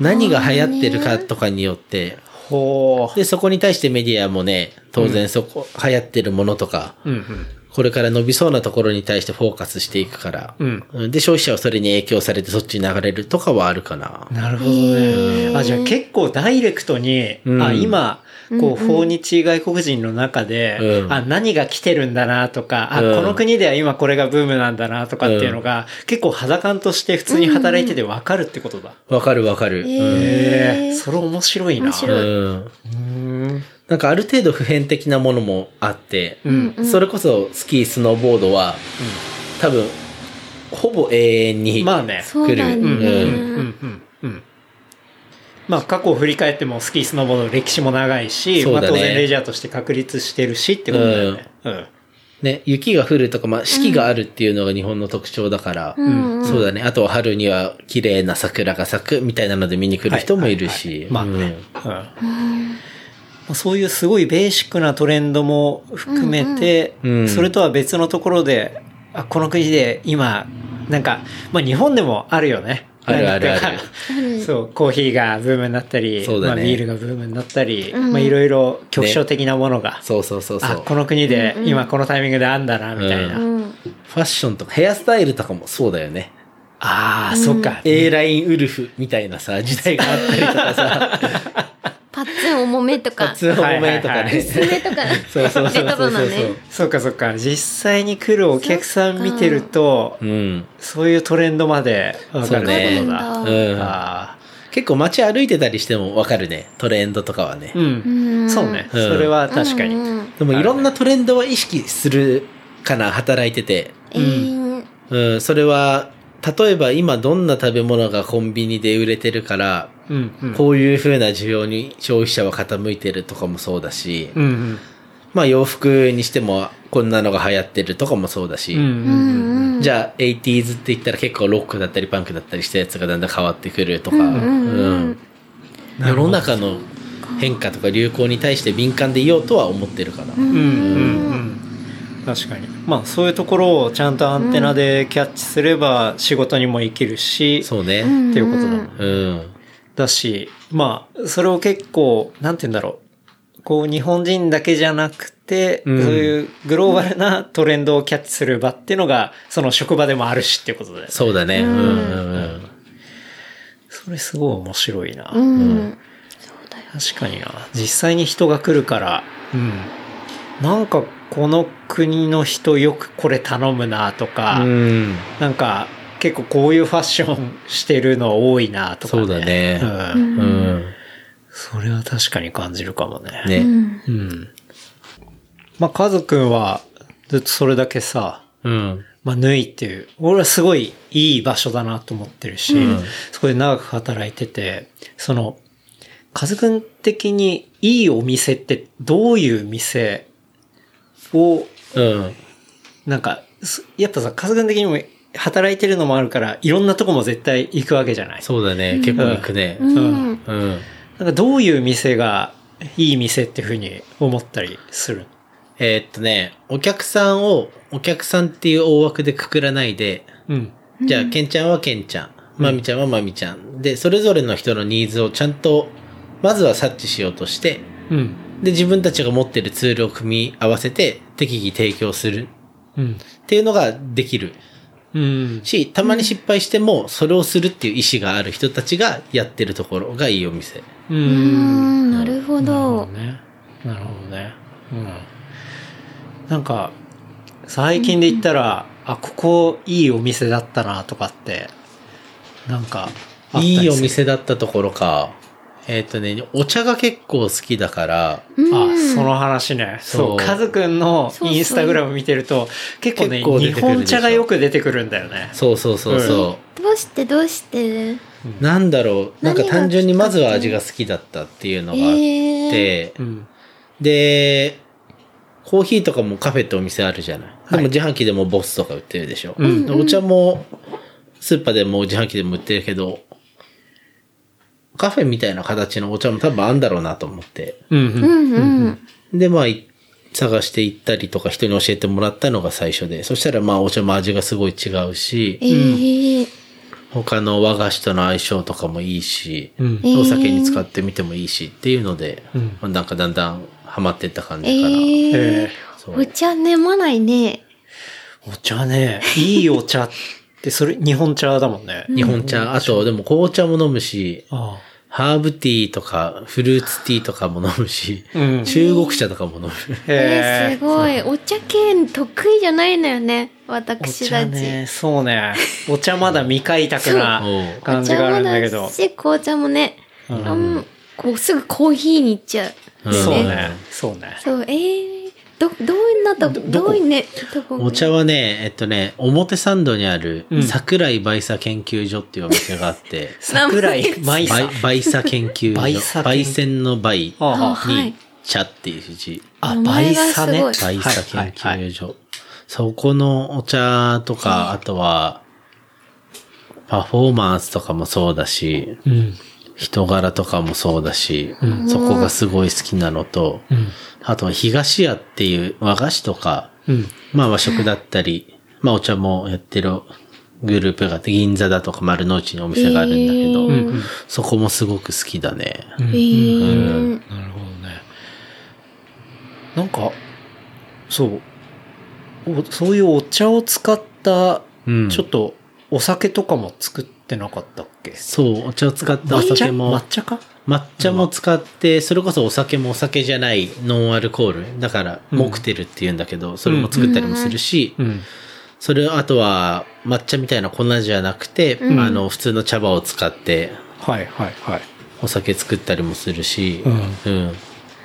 何が流行ってるかとかによって、
ほ
で、そこに対してメディアもね、当然そこ、流行ってるものとか、
う。うん
これから伸びそうなところに対してフォーカスしていくから、
うん
うんで、消費者はそれに影響されてそっちに流れるとかはあるかな
うん。。なるほどね。あ、じゃあ結構ダイレクトに、
うん
あ、今、こう、訪日外国人の中で、
うん
あ、何が来てるんだなとか、あ、
うん
この国では今これがブームなんだなとかっていうのが、結構肌感として普通に働いててわかるってことだ。
わかるわかる。
え
えー、それ面白いな。
うん
面白い。
うん
うん。
なんかある程度普遍的なものもあって、
うん
それこそスキー、スノーボードは、多分、ほぼ永遠に。
まあね。
そうだ
来
ね。
る
うんうんうんうん。まあ過去を振り返ってもスキー、スノーボードの歴史も長いし、
そう
ま
だ
あ
ね
当然レジャーとして確立してるしってことだよね。うん。
ね、雪が降るとか、まあ四季があるっていうのが日本の特徴だから、
ん
そうだね。あとは春には綺麗な桜が咲くみたいなので見に来る人もいるし。
はいはいはいまあ
うん
うんまあそういうすごいベーシックなトレンドも含めて、
うんうんうん
それとは別のところで、あこの国で今、なんか、まあ日本でもあるよね。
あるあるある
なんかそう、コーヒーがブームになったり、
そうだね
まあ、ビールがブームになったり、まあいろいろ局所的なものが、
そうそうそうそ
あ、
う。
この国で今このタイミングであんだな、みたいな。
うん。
ファッションとかヘアスタイルとかもそうだよね。
ああ、そっか。
A ラインウルフみたいなさ、時代があったりとかさ、
パッツン重めとか、
ツン多めとか
はいはいはい
ね。
薄めとか、
そうそうそう
レト
そ
ロ
うそ
な
う。
ね。
そうかそうか。実際に来るお客さん見てると
う、ん。
そういうトレンドまでわかる
そうね
ってこと
わ
だ。
かる
んだ
あ
結構街歩いてたりしてもわかるね。トレンドとかはね
ー。う。
うんん
そうね。
うん
それは確かに。
うんうん
でもいろんなトレンドは意識するかな、働いてて。
えー
うん、それは、例えば今どんな食べ物がコンビニで売れてるから、
うんうん。
こういう風な需要に消費者は傾いてるとかもそうだし、
うんうん。
まあ洋服にしてもこんなのが流行ってるとかもそうだし、
うんうん
じゃあ 80s って言ったら結構ロックだったりパンクだったりしたやつがだんだん変わってくるとか、うん世の中の変化とか流行に対して敏感でいようとは思ってるかな。
うんうんうん。確かに。まあそういうところをちゃんとアンテナでキャッチすれば仕事にも生きるし、
そうね。
っていうことだもんね
うん。
だし、まあ、それを結構、なんて言うんだろう。こう、日本人だけじゃなくて、
うん
そういうグローバルなトレンドをキャッチする場っていうのが、その職場でもあるしっていうことだよね。
そうだね。うんうんうん。
それすごい面白いな。
うん、
確かにな。実際に人が来るから、うん。なんか、この国の人よくこれ頼むなとか、
うん。
なんか、結構こういうファッションしてるの多いなとか、ね。
そうだね
う。
うんん。
それは確かに感じるかもね。
う
ね。
ん
うん。まあ、カズくんは、ずっとそれだけさ、
うん。
まあ、縫いっていう、俺はすごいいい場所だなと思ってるし、そこで長く働いてて、その、カズくん的にいいお店ってどういう店を、
うん。
なんか、すやっぱさ、カズくん的にも働いてるのもあるから、いろんなとこも絶対行くわけじゃない
そうだね。結構行くね。
うん
うん。
なんかどういう店がいい店っていうふうに思ったりする
えーっとね、お客さんをお客さんっていう大枠でくくらないで、
うん。
じゃあ、ケンちゃんはケンちゃん、まみちゃんはまみちゃん。で、それぞれの人のニーズをちゃんと、まずは察知しようとして、
うん。
で、自分たちが持ってるツールを組み合わせて適宜提供する
うん。
っていうのができる
うん。
し、たまに失敗してもそれをするっていう意思がある人たちがやってるところがいいお店。
う。
うんんなるほど
ね。なるほどね。うん。なんか、最近で言ったら、あ、ここいいお店だったなとかって、なんか、あったりする
いいお。店だったところか。えーっ、とね、お茶が結構好きだから、
あ、その話ね。
そ
そうう。カズくんのインスタグラム見てると、結構ね、
結構出
日
てくるでしょ
本茶がよく出てくるんだよね。
そうそうそうそう。
どうしてどうして
なんだろう、なんか
何が
単純にまずは味が好きだったっていうのがあって、
うん。
で、コーヒーとかもカフェってお店あるじゃない。でも自販機でもボスとか売ってるでしょ。
ん
お茶もスーパーでも自販機でも売ってるけど、カフェみたいな形のお茶も多分あんだろうなと思って。
うん
う
うん。
んうん
で、まあ、い探して行ったりとか人に教えてもらったのが最初で、そしたらまあお茶も味がすごい違うし、
ええ
他の和菓子との相性とかもいいし、
うん
お酒に使ってみてもいいしっていうので、
うん
まあなんかだんだんハマってった感じかな。
ええ
え
そう
お茶飲まないね
お茶
(laughs)
ね、いいお茶って、それ、日本茶だもんね。
日本茶、あとでも紅茶も飲むし、
あ
ハーブティーとかフルーツティーとかも飲むし、
あ。うん。
中国茶とかも飲む。
えー、すごい。お茶系得意じゃないのよね、
お
私
茶
たち。
ね、そうね。お茶まだ未開拓な
そう
感じがあるんだけ
お茶も
ど
だ。し、紅茶もね。うん。こうすぐコーヒーに行っちゃ
う
う。
ん
そう
ね
ね。そうね。
そう、えー、ど、どんなとこ、どういうね、とこ
お茶はね、えっとね、表参道にある桜井梅茶研究所っていうお店があって、
桜井舞さん。
梅茶研究
梅
所。
茶
焙
研
煎の梅
あ
あ、
あ
はい。
茶っていう字。
あ、
名前
梅
がす
さ
ごい
ね。
バイサ
は
研
いはいはい
究所。そこのお茶とか、あとは、パフォーマンスとかもそうだし、
うん。
人柄とかもそうだし、そこがすごい好きなのと、あとは東屋っていう和菓子とか、
うん。
まあ和食だったり、まあお茶もやってるグループがあって、銀座だとか丸の内にお店があるんだけど、
えー
そこもすごく好きだね。
えー、
なるほどね。なんか、そう。おそういうお茶を使った、
うん
ちょっとお酒とかも作ってなかったっけ
そう、お茶を使ったお
抹茶
酒も。
抹茶か
抹茶も使って、それこそお酒もお酒じゃないノンアルコール。だから、
うん
モクテルって言うんだけど、それも作ったりもするし、
うん。
それ、あとは、抹茶みたいな粉じゃなくて、
うん
あの、普通の茶葉を使って、
はいはいはい。
お酒作ったりもするし、
う
うん
う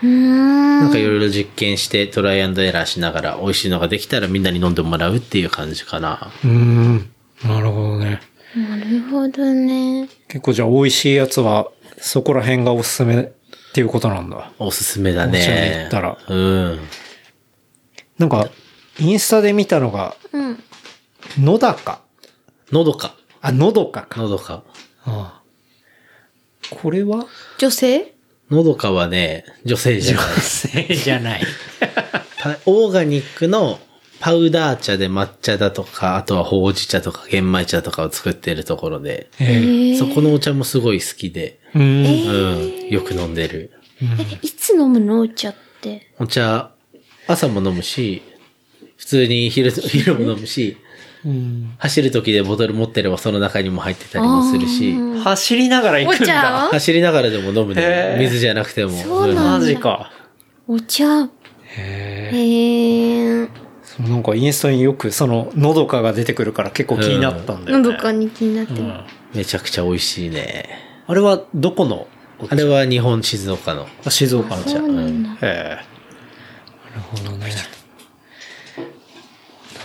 ーん。
なんかいろいろ実験して、トライアンドエラーしながら、美味しいのができたらみんなに飲んでもらうっていう感じかな。
うん。なるほどね。
なるほどね。
結構じゃあ美味しいやつはそこら辺がおすすめっていうことなんだ。
おすすめだ
お茶で
ね
言。ったら
うん。
なんか、インスタで見たのが、
うん。
のだか。
のどか。
あ、のどかか。
のどか。
ああこれは
女性
のどかはね、女性じゃない。 (laughs)
性じゃない。
パオーガニックのパウダー茶で抹茶だとか、あとはほうじ茶とか玄米茶とかを作ってるところで、
え
そこのお茶もすごい好きで、
えうん。
うん、よく飲んでる。
いつ飲むのお茶って。
お茶、朝も飲むし、普通に昼、昼も飲むし、
うん
走る時でボトル持ってればその中にも入ってたりもするし、
走りながら行
お
くんだ。
茶
走りながらでも飲む
へ
ね
ー。
水じゃなくても。
そうなんだ
マジか。
お茶。
へえ。
へえ。
そうなんかインスタによくその、のどかが出てくるから結構気になったんだよ
の
ね。
どかに気になってる。
めちゃくちゃ美味しいね。
あれはどこのお
あ
茶
れは日本静岡の。
静岡の
そ
茶。
うなんだ。
ええなるほどね。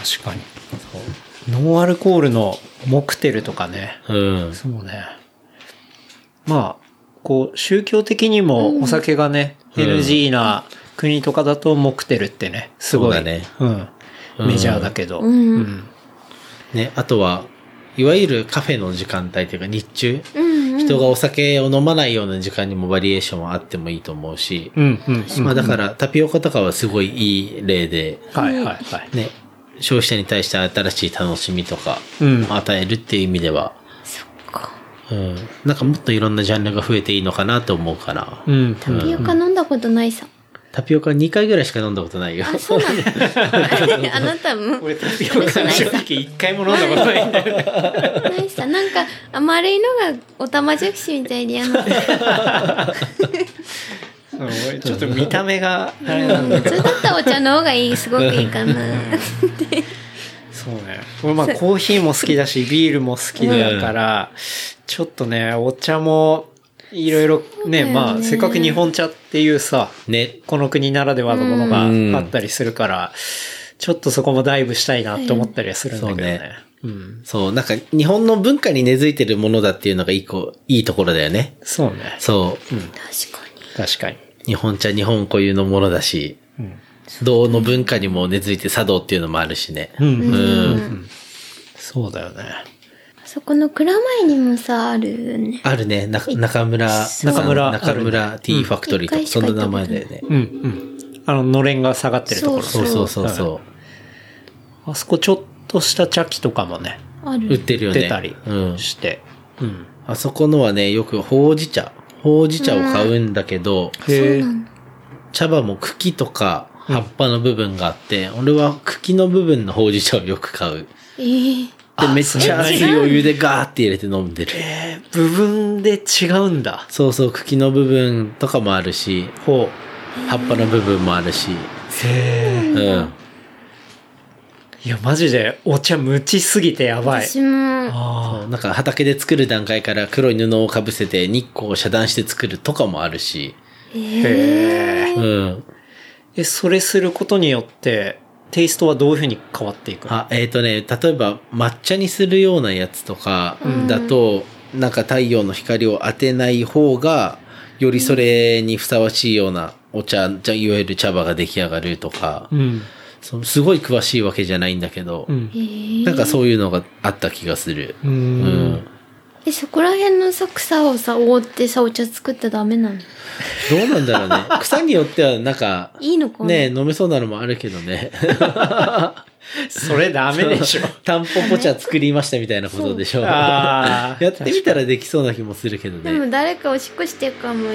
確かに。ノンアルコールのモクテルとかね。
うん。
そうね。まあ、こう、宗教的にもお酒がね、
うん
NG な国とかだとモクテルってね、すごい。
そうだね
うん。メジャーだけど。
うん
う
うん
ね、あとは、いわゆるカフェの時間帯というか日中、
うんうん。
人がお酒を飲まないような時間にもバリエーションはあってもいいと思うし、
うん、うん。うん
まあだからタピオカとかはすごいいい例で、
はいはいはい。
ね、消費者に対して新しい楽しみとか、
うん。
与えるっていう意味では、うん、なんかもっといろんなジャンルが増えていいのかなと思うから、
うん。
タピオカ飲んだことないさ。
タピオカ2回ぐらいしか飲んだことないよ。
(laughs) あ、そうなんだ。 (laughs) あなたも。
(laughs) (laughs) 俺タピオカ正直一回も飲んだことないんだ (laughs) よね。
ないさ。なんか、あ丸いのがおたまじゃくしみたいで嫌なの。
俺ちょっと見た目が、あれなんだ
うん普通だったらお茶の方がいい。すごくいいかな。
そうね。俺まあコーヒーも好きだし、ビールも好きだから、ちょっとね、お茶も、いろいろね、
そうだよね
まあ、せっかく日本茶っていうさ、
ね。
この国ならではのもの
うん
があったりするから、ちょっとそこもダイブしたいなって思ったりはするんだけどね。うん。
そう、なんか日本の文化に根付いてるものだっていうのが一個いいところだよね。
そうね。
そう。
確かに。
確かに。
日本茶日本固有のものだし、
うん
銅の文化にも根付いて茶道っていうのもあるしね。
うん。
うん。
そうだよね。
あそこの蔵前にもさ、あるよね。
あるね。な中村、
そう
中
あ
村、
るね
中村ティーファクトリーと
う
か、
ん
そんな名前だよね。
うんうん。あの、のれんが下がってるところ。
そ
そうそうそうそ
あそこちょっとした茶器とかもね、
あ
う。売っ
る。
てるよね。
出たり
うん。
して。うん。
あそこのはね、よくほうじ茶。ほうじ茶を買うんだけど、
へえ。
茶葉も茎とか葉っぱの部分があって、俺は茎の部分のほうじ茶をよく買う。
えー
で、めっちゃ
そう
熱いお湯でガーって入れて飲んでる。
えー部分で違うんだ。
そうそう、茎の部分とかもあるし、
ほ
葉っぱの部分もあるし、
う。へえ。
うん。
いや、マジで、お茶無知すぎてやばい。
私も、
あ
なんか畑で作る段階から黒い布をかぶせて日光を遮断して作るとかもあるし、
あ。へえ。
うん。
え、それすることによって、テイストはどういうふうに変わっていくの
あ、えっ、とね、例えば抹茶にするようなやつとかだと、なんか太陽の光を当てない方が、よりそれにふさわしいようなお茶、じゃいわゆる茶葉が出来上がるとか、
うん。
そうすごい詳しいわけじゃないんだけど、
うん。
なんかそういうのがあった気がする。
うー
うん
ん。
え、そこら辺のさ、草をさ、覆ってさ、お茶作ったらダメなの
どうなんだろうね。 (laughs) 草によってはなんか、
いいのかな
ね飲めそうなのもあるけどね。
それダメでしょ。
(laughs) タンポポ茶作りましたみたいなことでしょ。 (laughs) や
(laughs) ああ。
ってみたらできそうな気もするけど
で
ね。
も誰かおしっこしてるかも。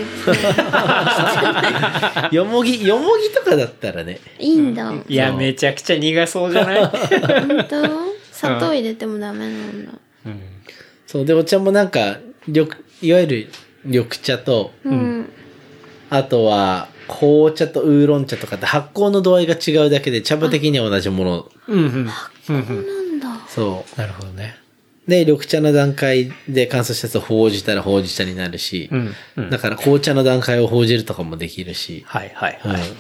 (laughs) よもぎ、よもぎとかだったらね。
いいんだ。
いや、めちゃくちゃ苦そうじゃない
本当砂糖入れてもダメなんだ。
そう、で、お茶もなんか、緑、いわゆる緑茶と、
うん。
あとは、紅茶とウーロン茶とかって発酵の度合いが違うだけで、茶葉的には同じもの。
うんうん。
なんだ。
そ
なるほどね。
う。で、緑茶の段階で乾燥したやつをほうじたらほうじ茶になるし、
うん。うん。
だから紅茶の段階を報じるとかもできるし、
はいはい
うん
はい。なる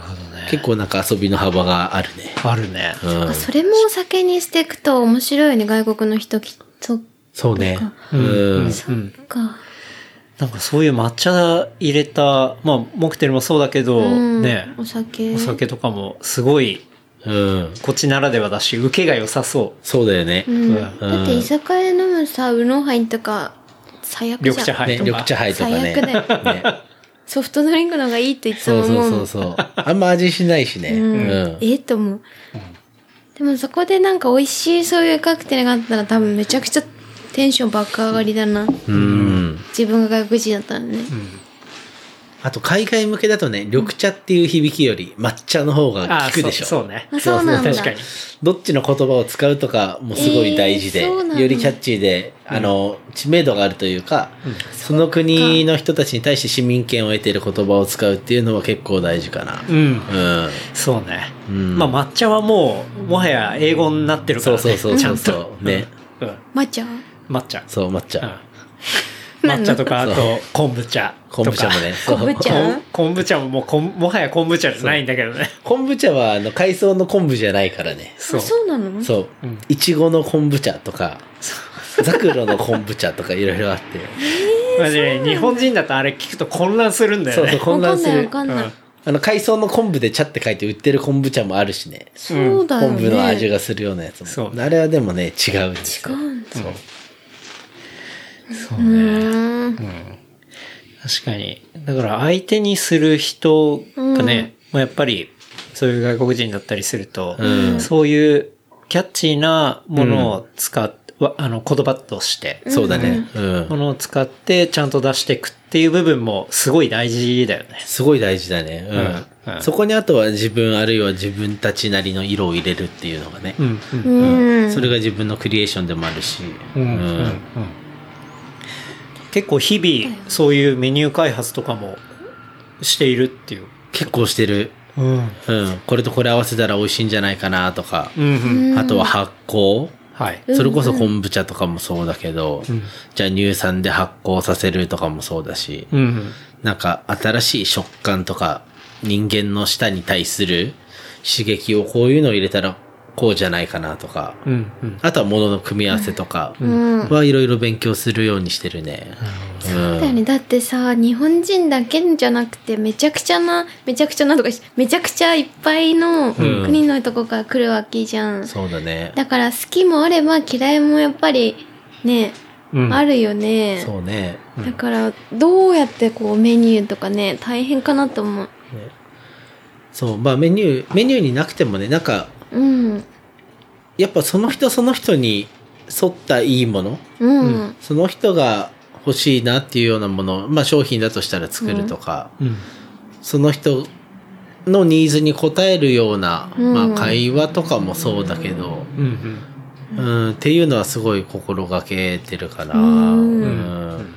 ほどね。
結構なんか遊びの幅があるね。
あるね。
うん、
それもお酒にしていくと面白いよね、外国の人きっと。
そうね。うん。
うん。
か。
なんかそういう抹茶入れた、まあ、モクテルもそうだけど、
うん
ね、
お酒。
お酒とかもすごい、
うん。
こっちならではだし、受けが良さそ
そうだよね。
う
ね
ん。
うん
だって居酒屋で飲むさ、ウーロンハイとか、最悪じゃん。
緑茶ハイ
緑茶杯とかね。
最悪だよ
ね
ソフトドリンクの方がいいっていつ
そ
も
う
思うも
そ
ん
うそうそう。あんま味しないしね。う。
うんん、ええと思う、でもそこでなんか美味しいそういうカクテルがあったら多分めちゃくちゃテンション爆上がりだな
うん。
自分が外国人だったらね、
あと、海外向けだとね、緑茶っていう響きより抹茶の方
あ
が効くでしょ。
そうそうね。
あそうなんだ
確かに。
どっちの言葉を使うとかもすごい大事で、
えーそうなんだ
よりキャッチーで、あの、知名度があるというか、その国の人たちに対して市民権を得ている言葉を使うっていうのは結構大事かな。
うん。
うん。
そうね。
うん
まあ抹茶はもう、もはや英語になってるからね。
そうそうそう
ちゃ
そうんそう
と。
ね
うん。うん。
まっちゃん
抹茶。
そう、抹
う
茶。
ん。抹茶とか、あと
そう、
昆布茶とか。
昆布茶もね。そう
昆布茶
こん。昆布茶ももうこん、もはや昆布茶じゃないんだけどね。
昆布茶は、あの、海藻の昆布じゃないからね。
そ
そうう。
そうなの
そう。いちごの昆布茶とか、ザクロの昆布茶とかいろいろあって。
まあね、日本人だとあれ聞くと混乱するんだよ
そう
ね。
そう、混
わか
乱
ん
す
ないわ
る。
かんない、
うん
あの、海藻の昆布で茶って書いて売ってる昆布茶もあるしね。
そうだよ
昆
ね
布の味がするようなやつも。
そう
あれはでもね、違うんです
違
よ。
うんだ
そう。そう
う
ね。
ーん
確かに。だから相手にする人がね、まあやっぱりそういう外国人だったりすると、
うん
そういうキャッチーなものを使っ、わあの言葉として、
そうだね。うん
も。のを使ってちゃんと出していくっていう部分もすごい大事だよね。
すごい大事だね。
うん
う。
うんん
そこにあとは自分、あるいは自分たちなりの色を入れるっていうのがね。
うん、うん。
うん、
それが自分のクリエーションでもあるし。う
うんうんうん
ん。
結構日々そういうメニュー開発とかもしているっていう。
結構してる。
うん。うん
うん。これとこれ合わせたら美味しいんじゃないかなとか。
うん。
うん
あとは発酵。
はい。
それこそ昆布茶とかもそうだけど、じゃあ乳酸で発酵させるとかもそうだし、
うん。
なんか新しい食感とか人間の舌に対する刺激をこういうのを入れたらこうじゃないかなとか、
うん。うん。
あとは物の組み合わせとか
うん
はいろいろ勉強するようにしてるね。
だよねだってさ日本人だけじゃなくてめちゃくちゃなめちゃくちゃなとかしめちゃくちゃいっぱいの
ん
国のとこから来るわけじゃん、
うんそうだね。
だから好きもあれば嫌いもやっぱりね、
うん
あるよね
そうね。
だからどうやってこうメニューとかね大変かなと思う
そう、まあメニュー、メニューになくてもね、なんか
うん
やっぱその人その人に沿ったいいもの
うん、
その人が欲しいなっていうようなもの、まあ商品だとしたら作るとか、
うん。
その人のニーズに応えるような、
うん
まあ会話とかもそうだけど、
うん。うん。
うん、っていうのはすごい心がけてるかな。
うん
うん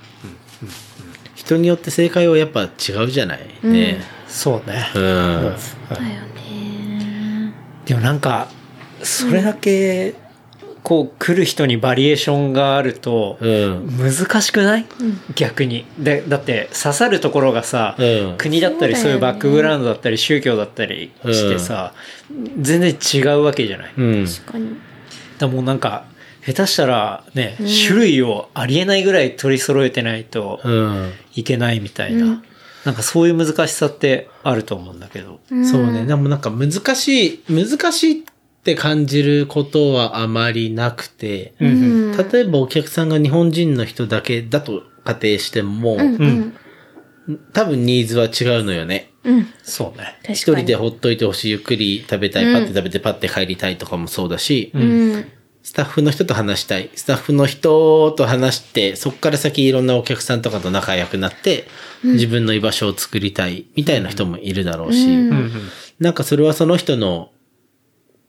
人によって正解はやっぱ違うじゃないね。
そうね。
うん。
だよね
でもなんか、それだけ、こう、来る人にバリエーションがあると、
うん。
難しくない、
ん
逆に。で、だって、刺さるところがさ、
うん。
国だったり、
そう
そう
だ
いう
よね
バックグラウンドだったり、宗教だったりしてさ、全然違うわけじゃない。
うん。
確かに
だもうなんか、下手したらね、種類をありえないぐらい取り揃えてないと
うん
いけないみたいな、
うん
なんかそういう難しさってあると思うんだけど。
ん
そうね。でもなんか難しい、難しいって感じることはあまりなくて、
うんうん
例えばお客さんが日本人の人だけだと仮定しても、
うんうん
多分ニーズは違うのよね。
うん
そうね。
確かに
一人でほっといてほしい、ゆっくり食べたい、パッて食べてパッて帰りたいとかもそうだし、
うん
スタッフの人と話したい、スタッフの人と話して、そこから先いろんなお客さんとかと仲良くなって、自分の居場所を作りたい、みたいな人もいるだろうし、なんかそれはその人の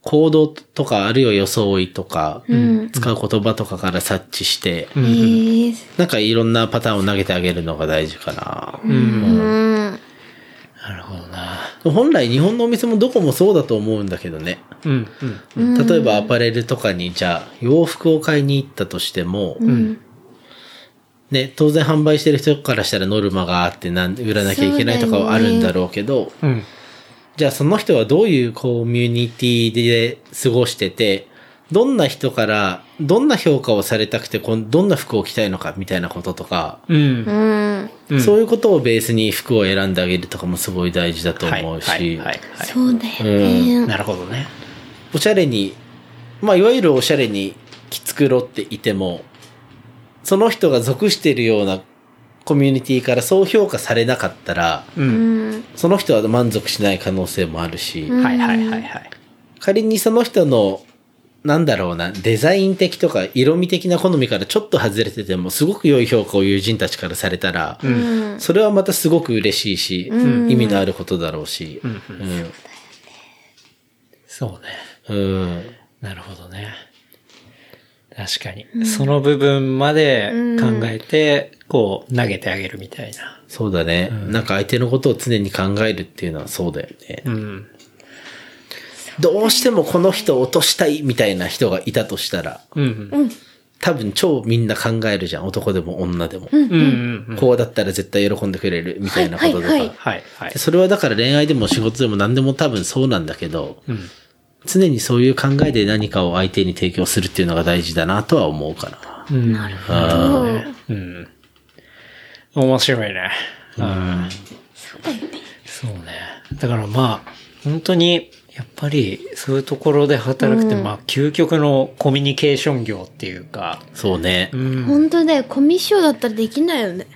行動とか、あるいは装いとか、
うん
使う言葉とかから察知して、
えー
なんかいろんなパターンを投げてあげるのが大事かな。
うん
なるほどな。
本来日本のお店もどこもそうだと思うんだけどね。
うんうん。
例えばアパレルとかにじゃあ洋服を買いに行ったとしても、ね、当然販売してる人からしたらノルマがあってなん売らなきゃいけないとかはあるんだろうけど、
うん。
じゃあその人はどういうコミュニティで過ごしてて、どんな人から、どんな評価をされたくて、こんどんな服を着たいのかみたいなこととか、
うん。
うん
そういうことをベースに服を選んであげるとかもすごい大事だと
はい
思うし、
はいはいは
そうだよね、
い。なるほどね。
おしゃれに、まあ、いわゆるおしゃれに着繕っていても、その人が属しているようなコミュニティからそう評価されなかったら、
うん。
その人は満足しない可能性もあるし、
はいはいはいはい。
仮にその人の、なんだろうな、デザイン的とか色味的な好みからちょっと外れてても、すごく良い評価を友人たちからされたら、それはまたすごく嬉しいし、意味のあることだろうし、うん
そうね。
うん
なるほどね。確かに。その部分まで考えて、こう、投げてあげるみたいな。
そうだね、なんか相手のことを常に考えるっていうのはそうだよね。
うん。
どうしてもこの人を落としたいみたいな人がいたとしたら、
うん。
多分超みんな考えるじゃん。男でも女でも。
うん。うん。
こうだったら絶対喜んでくれるみたいなこととか。
はいはいはい
はいはい
で。それはだから恋愛でも仕事でも何でも多分そうなんだけど、
ん
常にそういう考えで何かを相手に提供するっていうのが大事だなとは思うかな。
うん。なるほどね。うん。面白いね。うん。そうだよね。そうね。だからまあ、本当に、やっぱり、そういうところで働くって、まあ、究極のコミュニケーション業っていうか、
そうね。 (laughs)
本当だよコミッションだったらできないよね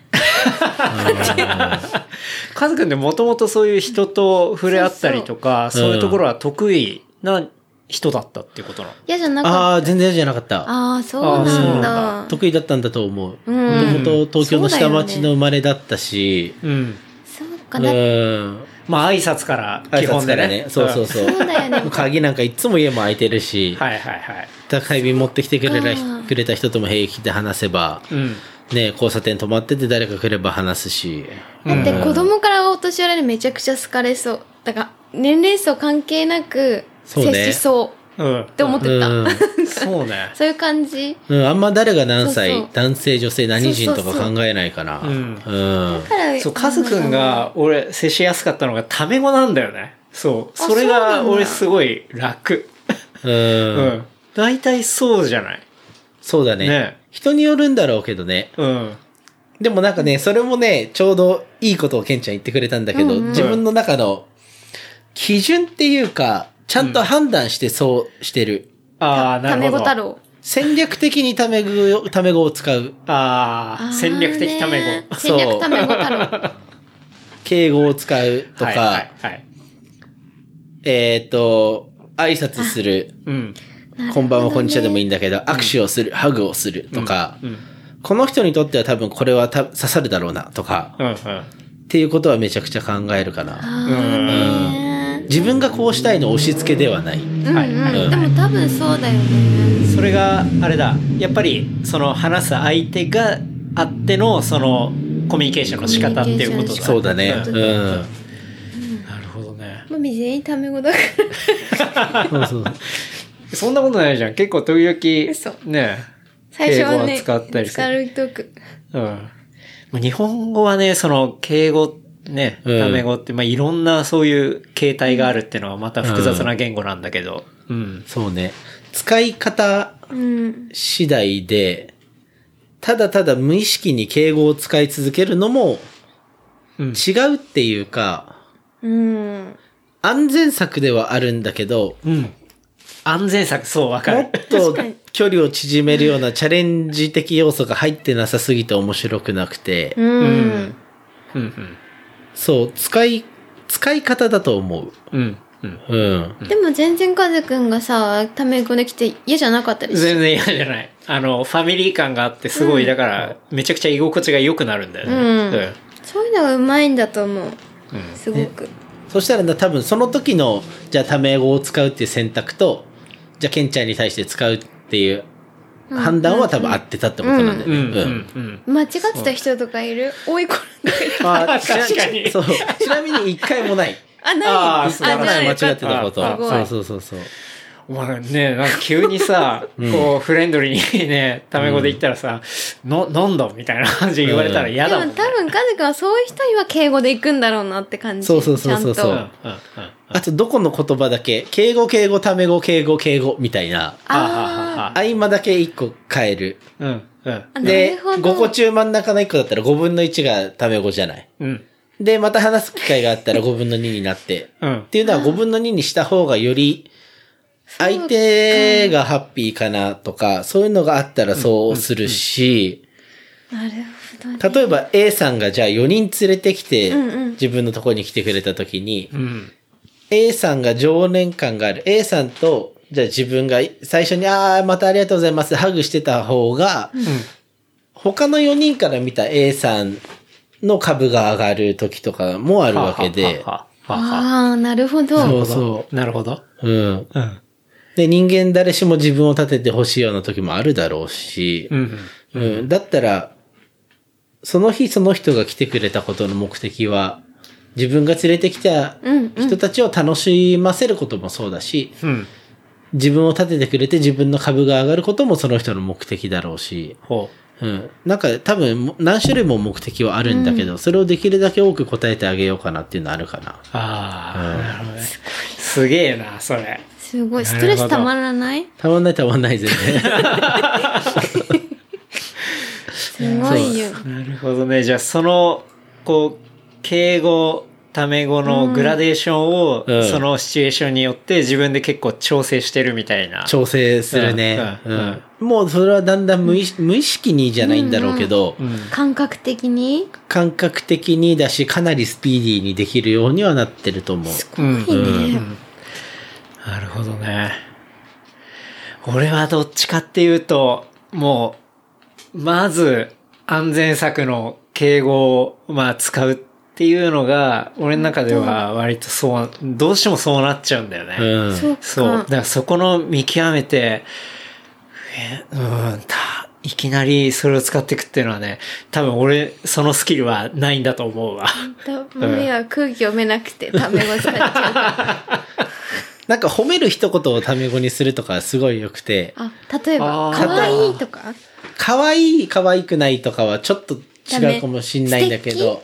カズくんってもともとそういう人と触れ合ったりとか、
そう
そう
そう
いうところは得意な人だったっていうことなの。
嫌じゃなかっ
ああ、全然嫌じゃなかった
た。ああそうなん
あ
だ
得意だったんだと思う。
うん
もともと東京の下町の生まれだったし、
うん。
そう
う
かだ
ん。
まあ、挨拶から、
挨
基本
拶か
で
ら
ね。
ね。そうそうそう。
そうだよね
鍵なんかいつも家も開いてるし、
はいはいはい。
宅配便持ってきてくれ
そっ
た
か
くれた人とも平気で話せば、
うん。
ね、交差点止まってて誰か来れば話すし、
だって子供からお年寄りにめちゃくちゃ好かれそうだから年齢層関係なく
そう
接
ね
しそう
うん
っ。て思っ
う
てた、
ん。
そうね。
そういう感じ
うん、あんま誰が何歳、
そうそう
男性、女性、何人とか
そうそうそう
考えないから。
ん
うん。
だから
そう、カズくんが、俺、接しやすかったのがタメ語なんだよね。そう。
あ
それ
そうな
が、
んだ
俺、すごい楽。う
う。
んん。大体そうじゃない。
そうだね
ね
人によるんだろうけどね。
うん。
でもなんかね、それもね、ちょうどいいことをケンちゃん言ってくれたんだけど、
うんうん
自分の中の基準っていうか、ちゃんと判断してそうしてる。
ああ、な
タ
る
メ
ほ
語
ど。
太郎
戦略的にタメ語を、タメ語を使う。
ああ、戦略的タメ
あーね
語。
戦略タメ語太郎
敬語を使うとか、
はいはいはい。
えっ、と、挨拶する。
うん。
こんばんは、こんにちはでもいいんだけど、握手をする、ハグをするとか、
うん。
この人にとっては多分これはた刺さるだろうなとか、
うん。
っていうことはめちゃくちゃ考えるかな。
あ
うん。うん
ーね
自分がこうしたいの押し付けではない。
うん
はい
は
う
い
んでも多分そうだよね
それがあれだやっぱりその話す相手があってのそのコミュニケーションの仕方っていうことだ
そうだね。うんん。
なるほどね (laughs)
マミ全員タメ語だから
そうそう。
そんなことないじゃん結構時
嘘
々ね
最初はね
敬語は使ったりす
使
る
うとく
うんまあ日本語はねその敬語ね
うん
タメ語って、まあ、いろんなそういう形態があるっていうのはまた複雑な言語なんだけどうん、
そうね。使い方
うん
次第で、ただただ無意識に敬語を使い続けるのも
うん
違うっていうか、
うん
安全策ではあるんだけど、
うん、安全策そうわか
も
る
っと距離を縮めるようなチャレンジ的要素が入ってなさすぎて面白くなくて、
うん
うんうん
そう、使い、使い方だと思う。
うんうん
うん。
でも全然カズくんがさタメ語で来て嫌じゃなかったりし
全然嫌じゃない。あの、ファミリー感があって、すごい、だから、めちゃくちゃ居心地が良くなるんだよね。
うんそういうのがうまいんだと思う
うん
すごく
そしたらな多分その時の、じゃあタメ語を使うっていう選択と、じゃあケンちゃんに対して使うっていう判断は多分合ってたってことなんだよ
う
ね。
ん。うん。うん。
間違ってた人とかいる多い頃とかいる
まあ、
確かに
そう。ちなみに一回もない。
あない
あー
あ
素
一
じ
晴
ゃ
回
ら
も
し
あ
ない間違っ
よかって
たこと。そう
あ
そうそうそう。
お前ね、なんか急に
(laughs)
さ、こう、フレンドリーにね、タメ語で言ったらさ、の、なんだみたいな感じで言われたら嫌
た
だ
で
もん
も
ね。
多分カズくんはそういう人には敬語で行くんだろうなって感じ
そうそうそうそう
ちゃんと
そう
うん。うん。うん。
あとどこの言葉だけ、敬語、敬語、タメ語、敬語、敬語みたいな、
あ
ああ。
合間だけ一個変える。
うん。うん。
あ
で、
なるほ
5
ど
個中真ん中の1個だったら5分の1がタメ語じゃない。
うん。
で、また話す機会があったら5分の2になって。
うん
っ。ていうのは5分の2にした方がより、相手がハッピーかなとか、そういうのがあったらそうするし、
なる
例えば A さんがじゃあ4人連れてきて
うんうん
自分のところに来てくれた時に、
うん。
A さんが常連感がある A さんとじゃあ自分が最初に「ああまたありがとうございます」ハグしてた方が、他の4人から見た A さんの株が上がる時とかもあるわけで
は。はははは。
ああ、なるほ
そ
ど。
うそう
なるほど。
うん。
うん。
で、人間誰しも自分を立ててほしいような時もあるだろうし、
うん。
うん、だったら、その日その人が来てくれたことの目的は、自分が連れてきた
うんうん
人たちを楽しませることもそうだし、
うん。
自分を立ててくれて自分の株が上がることもその人の目的だろうし、
ほ
うん、なんか多分何種類も目的はあるんだけど、それをできるだけ多く答えてあげようかなっていうのあるかな。
う。ああ、なるほどね。すげえな、それ。
すごい。ストレスたまらない
たまんないたまんない全然。
すごいよ。
なるほどね。じゃあ、その、こう、敬語、ため語のグラデーションを、
うん
そのシチュエーションによって自分で結構調整してるみたいな。
調整するね。
うんうん
うんもうそれはだんだん無意識無意識にじゃないんだろうけど、
うん。
感覚的に
感覚的にだし、かなりスピーディーにできるようにはなってると思
う
う。
ん
いいね。
なるほどね。俺はどっちかっていうと、もう、まず安全策の敬語を、まあ、使うっていうのが、俺の中では割とそう、どうしてもそうなっちゃうんだよね。
うん。
そう
そう。だ
か
か。らそこの見極めて、えうん、た、いきなりそれを使っていくっていうのはね、多分俺、そのスキルはないんだと思うわ。
ダメは空気読めなくてタメ語使っちゃうから。
なんか褒める一言をタメ語にするとかすごい良くて、
あ、例えば、
あー
かわいいとか
可愛い可愛くないとかはちょっと違うかもしんないんだけ
ダメ
ど、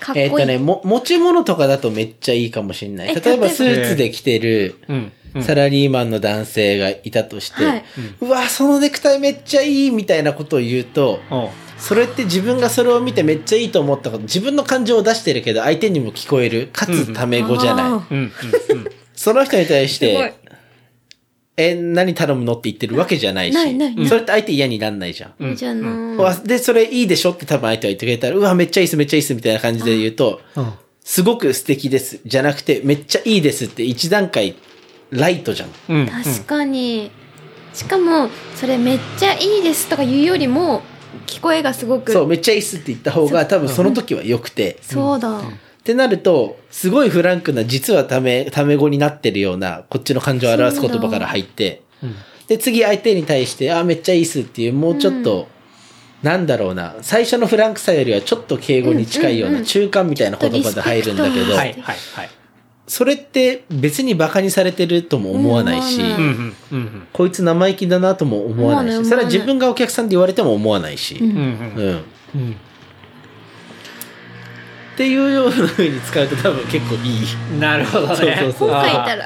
かっ
えっ
ことい
ね、
い。
も、持ち物とかだとめっちゃいいかもしんない。例え
え
ば
例えば
スーツで着てる、
うん。うん
サラリーマンの男性がいたとして、
はいう
わ、そのネクタイめっちゃいいみたいなことを言うと、
おう
それって自分がそれを見てめっちゃいいと思ったこと、自分の感情を出してるけど相手にも聞こえる、かつタメ語じゃない。
あー
うん。うん。うん。
その人に対し
すごい
て、え、何頼むのって言ってるわけじゃないし、
ないないない
それって相手嫌になんないじゃん。
いいじゃな
う
い。
わで、それいいでしょって多分相手は言ってくれたら、うわ、めっちゃいいっす、めっちゃいいっすみたいな感じで言うと、
うん
すごく素敵です、じゃなくて、めっちゃいいですって一段階、ライトじゃん。
うん。
確かに。しかも、それめっちゃいいですとか言うよりも、聞こえがすごく。
そう、めっちゃいいっすって言った方が多分その時は良くて、
そうだ。
ってなると、すごいフランクな、実はため、ため語になってるような、こっちの感情を表す言葉から入って、で、次相手に対して、あ、めっちゃいいっすっていう、もうちょっと、なんだろうな、最初のフランクさよりはちょっと敬語に近いよう
うんうん
な、
うん
中間みたいな言葉で入るんだけ
ちょっとリスペク
ど
ト、
はいはいはい。
それって別にバカにされてるとも思わないし、
うん思わ
う
なんい
うん
こいつ生意気だなとも思わない
思
し、
わない
それは自分がお客さんで言われても思わないし、
うんうん
うん。
うん
っていうような風に使うと多分結構いい。
うんなるほどね。
そうそうそう
本書い
あー
たら、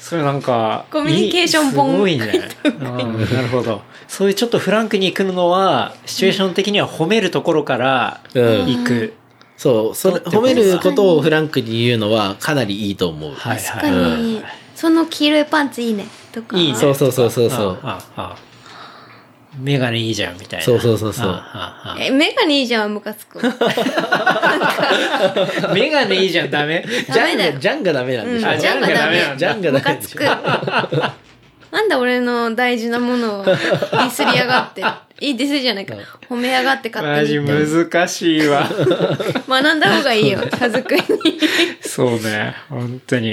それなんか
コミュニケーション本
いいすごいねうんなるほどそういうちょっとフランクに行くのはシチュエーション的には褒めるところから
うん
行く、
そう、それ、
ってこ
褒
とだ
めることをフランクに言うのはかなりいいと思う。
はい
確
は
か
い
に、その黄色いパンツいいね。とか。
いいね
そうそうそうそうそう。
あああメガネいいじゃんみたいな
そうそうそうそう
ああ
え、メガネいいじゃん、ムカつく。
あメガネいいじゃんダメ
ジャン
ダメだ
が、
よ
ジャンがダメなんでしょ、
うあんジャンがダメなんだ
ジャンが
ム
ダ
カ
メで
つ
し (laughs)
く。
ょ。
なんだ俺の大事なものをディスりやがって。いいディスじゃないか。褒めやがって
マ
勝
ジ
手に。
難しいわ
学んだ方がいいよ、家族に。
そうね本当に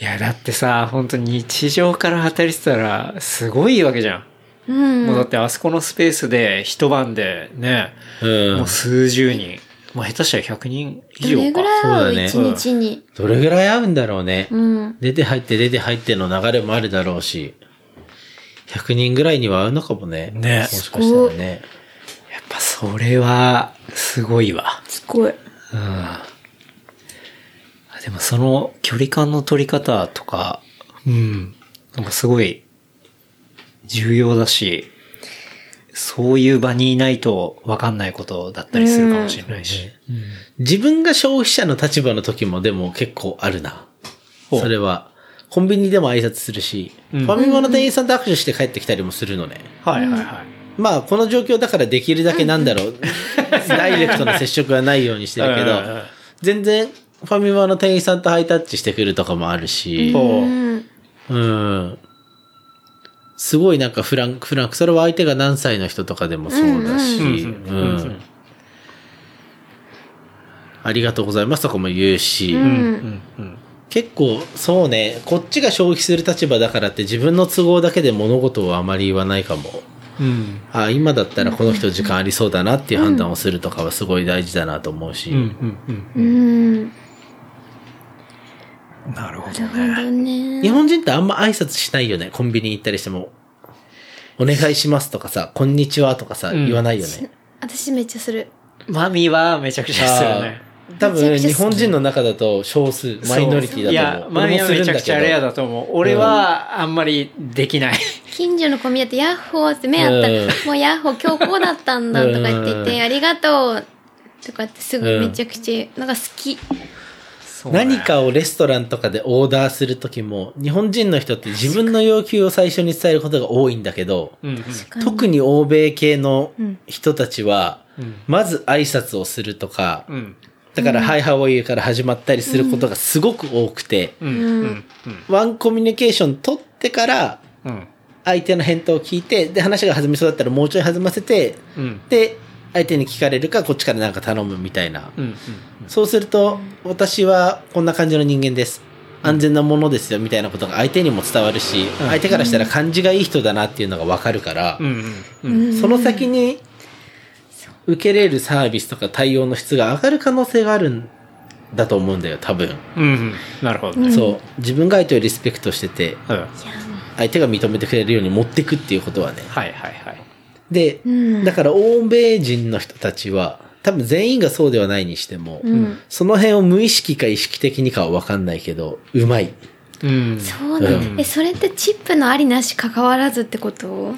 いやだってさ本当に日常から働いてたらすごいわけじゃん
うん。
もうだってあそこのスペースで一晩でね、
う
も
ん
う。数十人、もう下手したら100人以
どれ
上
ぐ
か。
らい
そう
合
だ
う
ね
一日に。
どれぐらい合うんだろうね。
うん。
出て入って出て入っての流れもあるだろうし、100人ぐらいには合うのかもね。
ね
もしかしたらね。
やっぱそれは、すごいわ。
すごい。
でもその距離感の取り方とか、うん、なんかすごい、重要だし、そういう場にいないと分かんないことだったりするかもしれないし。
自分が消費者の立場の時もでも結構あるな。
ほう
それは。コンビニでも挨拶するし、ファミマの店員さんと握手して帰ってきたりもするのね。
はいはいはい。
まあ、この状況だからできるだけなんだろう。ダイレクトな接触がないようにしてるけど
うんうんうん、
全然ファミマの店員さんとハイタッチしてくるとかもあるし、
ほう
うん。すごいなんかフランク、フランク、それは相手が何歳の人とかでもそうだし、
うんうんうん
うんありがとうございますとかも言うし、
うんうん
結構そうね、こっちが消費する立場だからって自分の都合だけで物事をあまり言わないかも。
うん。
あ今だったらこの人時間ありそうだなっていう判断をするとかはすごい大事だなと思うし、
うん。うん。うん。
うん。な
なるほど
るほどね。
日本人ってあんま挨拶しないよねコンビニ行ったりしても「お願いします」とかさ「こんにちは」とかさ、
うん
言わないよね
私めっちゃする。
マミはめちゃくちゃするね。
あー多
めちゃ
分
くちゃ好き
日本人の中だと少数マイノリティ
い
だと
や、
思う
マ
俺
ミ
も
は
する
め
ん
ちゃくちゃレアだと思う。俺はあんまりできない。
近所の子見合って、ヤッホーって目あったら
うん、
もうヤッホー今日こうだったんだとか言って言っ
うん
て、ありがとうとかってすぐ
うん
めちゃくちゃ、なんか好き。
何かをレストランとかでオーダーする時も日本人の人って自分の要求を最初に伝えることが多いんだけど
うん。うん。
特に欧米系の人たちは、まず挨拶をするとか、
うん。
だから、ハイハワイユーから始まったりすることがすごく多くて、
うん。うん。
ワンコミュニケーション取ってから、
うん。
相手の返答を聞いて、で、話が弾みそうだったらもうちょい弾ませて、
うん。
で、相手に聞かれるか、こっちからなんか頼むみたいな。
うん。
そうすると、私はこんな感じの人間です。安全なものですよ、みたいなことが相手にも伝わるし、
うん
相手からしたら感じがいい人だなっていうのがわかるから、
うん。うん。
その先に受けれるサービスとか対応の質が上がる可能性があるんだと思うんだよ、多分。
うん。なるほどね。
そう。自分が相手をリスペクトしてて、
うん。はい
相手が認めてくれるように持っていくっていうことはね。
はいはい。
で、
うん
だから欧米人の人たちは、多分全員がそうではないにしても、
うん。
その辺を無意識か意識的にかはわかんないけど、うまい。
うん。
そうな
うん
だ。え、それってチップのありなし関わらずってこと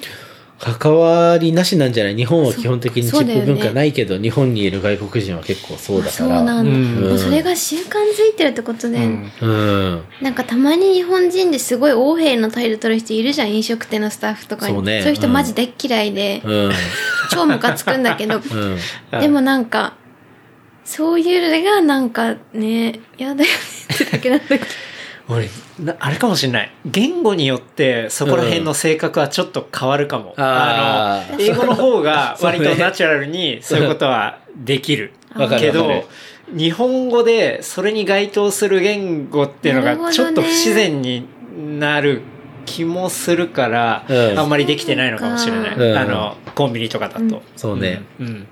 関わりなしなんじゃない日本は基本的にチ
そうそうだ
ッ
よ
プ
ね
文化ないけど、日本にいる外国人は結構そうだ
そ
か
う
ら。
なんだ。
うん
もうそれが習慣づいてるってことだよね。
うん。
なんかたまに日本人ですごい横柄な態度取る人いるじゃん飲食店のスタッフとかに
そうね
いう人マジで嫌いで、
うん。
超ムカつくんだけど、
うん。
でもなんかそういうのがなんかね嫌だよねってだけなんだけど
俺なあれかもしれない言語によってそこら辺の性格はちょっと変わるかも、あ
あー
の英語の方が
そうね
割とナチュラルにそういうことはできる
わかる
け
わかる
ど日本語でそれに該当する言語っていうの
なる
が
ほどね
ちょっと不自然になる気もするから、
うん
あんまりできてないのかもしれない、
うん
あのコンビニとかだと、
うん
そうね。
うん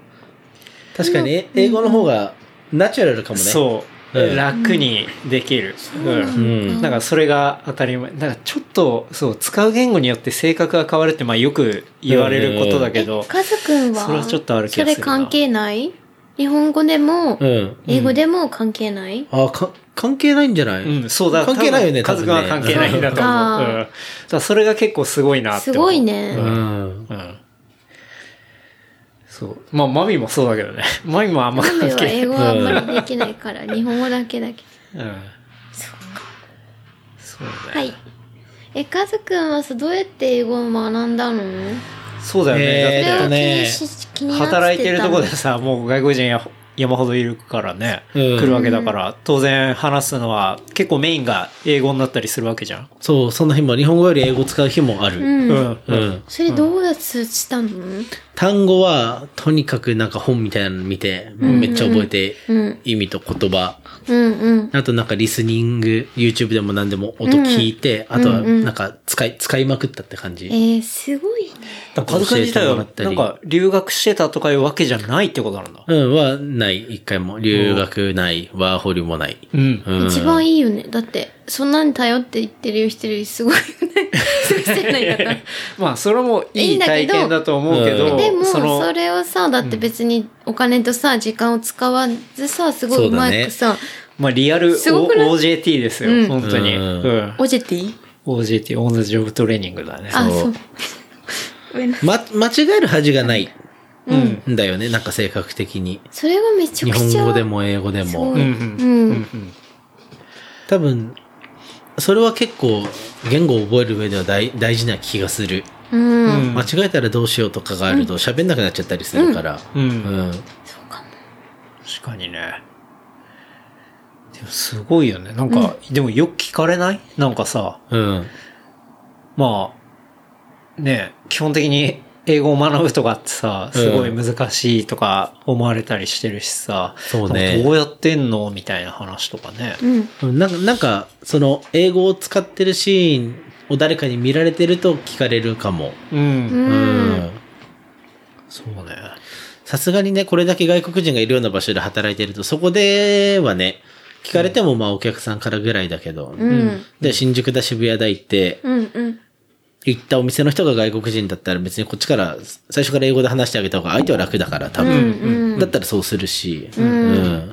確かに、英語の方がナチュラルかもね。
そう、
うん
楽にできる、うん
うん。
なんかそれが当たり前。なんかちょっと、そう、使う言語によって性格が変わるって、まあよく言われることだけど、
カズくんは
それはちょっとある気がするな
それ関係ない日本語でも、
うん。
英語でも関係ない、
あ、か、関係ないんじゃない
うん、そうだ、
関係ないよね、
多分カズ君は関係ないんだと
あ
思う。
ー
うん。だからそれが結構すごいなって
す
思う。
ごいね、
う
うん
ん。
うん。そう。まあ、マミもそうだけどね。 (laughs) マミもあんま
な
関
んでは
係ない。
英語はあんまりできないから、日本語だけだけど
うん。そうだ
はい。え、カズくんはさ、どうやって英語を学んだの
そうだよ
え
ね。
ー
だ
っ
っ
と
て
ね
それを気にし気になってたの
働いてるとこでさ、もう外国人や山ほどいるからね、
うん
来るわけだから、当然話すのは結構メインが英語になったりするわけじゃん。
そう、その日も日本語より英語使う日もあ
う。
る。
うんん。
うん。
それどうやってしたの
単語は、とにかくなんか本みたいなの見て、めっちゃ覚えて、
うん。
意味と言葉。
うんうん。
あとなんかリスニング、YouTube でも何でも音聞いて、あとはなんか使い、使いまくったって感
え
じ。
ー、すごいね。
だからカズ君自体はなんか留学してたとかいうわけじゃないってことなんだ。
うん、はない。一回も。留学ない。ワーホリもない。
うん。
うん。
一番いいよね。だって、そんなに頼って言ってる人よりすごい
(laughs)
よね。すごいしてない方。
まあ、それもいい体験だと思うけ
いい
ど、
んだ
でも、
その
それをさ、だって別にお金とさ、時間を使わずさ、すご
そ
いうう
だ
ま
ね
くさ、
まあ、リアル O-
すごくない
OJT ですよ、
うん
本当に。
う
うんん。
オジェティ
OJT、オンザジョブトレーニングだね。
あ、そう。ごめんな
ま、間違える恥がない。
うん
んだよね、なんか性格的に。
それがめちゃ
日
くちゃ。
本語でも英語でも
そう。
うん
う
うん。
ん。
多分、それは結構言語を覚える上では大大事な気がする。
うん、
うん
間違えたらどうしようとかがあると喋んなくなっちゃったりするから。
うん
うん。
確かにね。でもすごいよね。なんか、でもよく聞かれないなんかさ、
うん。
まあ、ねえ基本的に英語を学ぶとかってさ、すごい難しいとか思われたりしてるしさ、
そうね
なんかどうやってんのみたいな話とかね。
うん
うんなんか、なんか、その、英語を使ってるシーンを誰かに見られてると聞かれるかも。
うん。
うん
うん。
そうね。
さすがにね、これだけ外国人がいるような場所で働いてると、そこではね、聞かれてもまあお客さんからぐらいだけど、
うん
で、新宿だ渋谷だ行って、
うんうん
行ったお店の人が外国人だったら別にこっちから、最初から英語で話してあげた方が相手は楽だから、多
うんう
分。
ん
だったらそうするし、うんん。
なる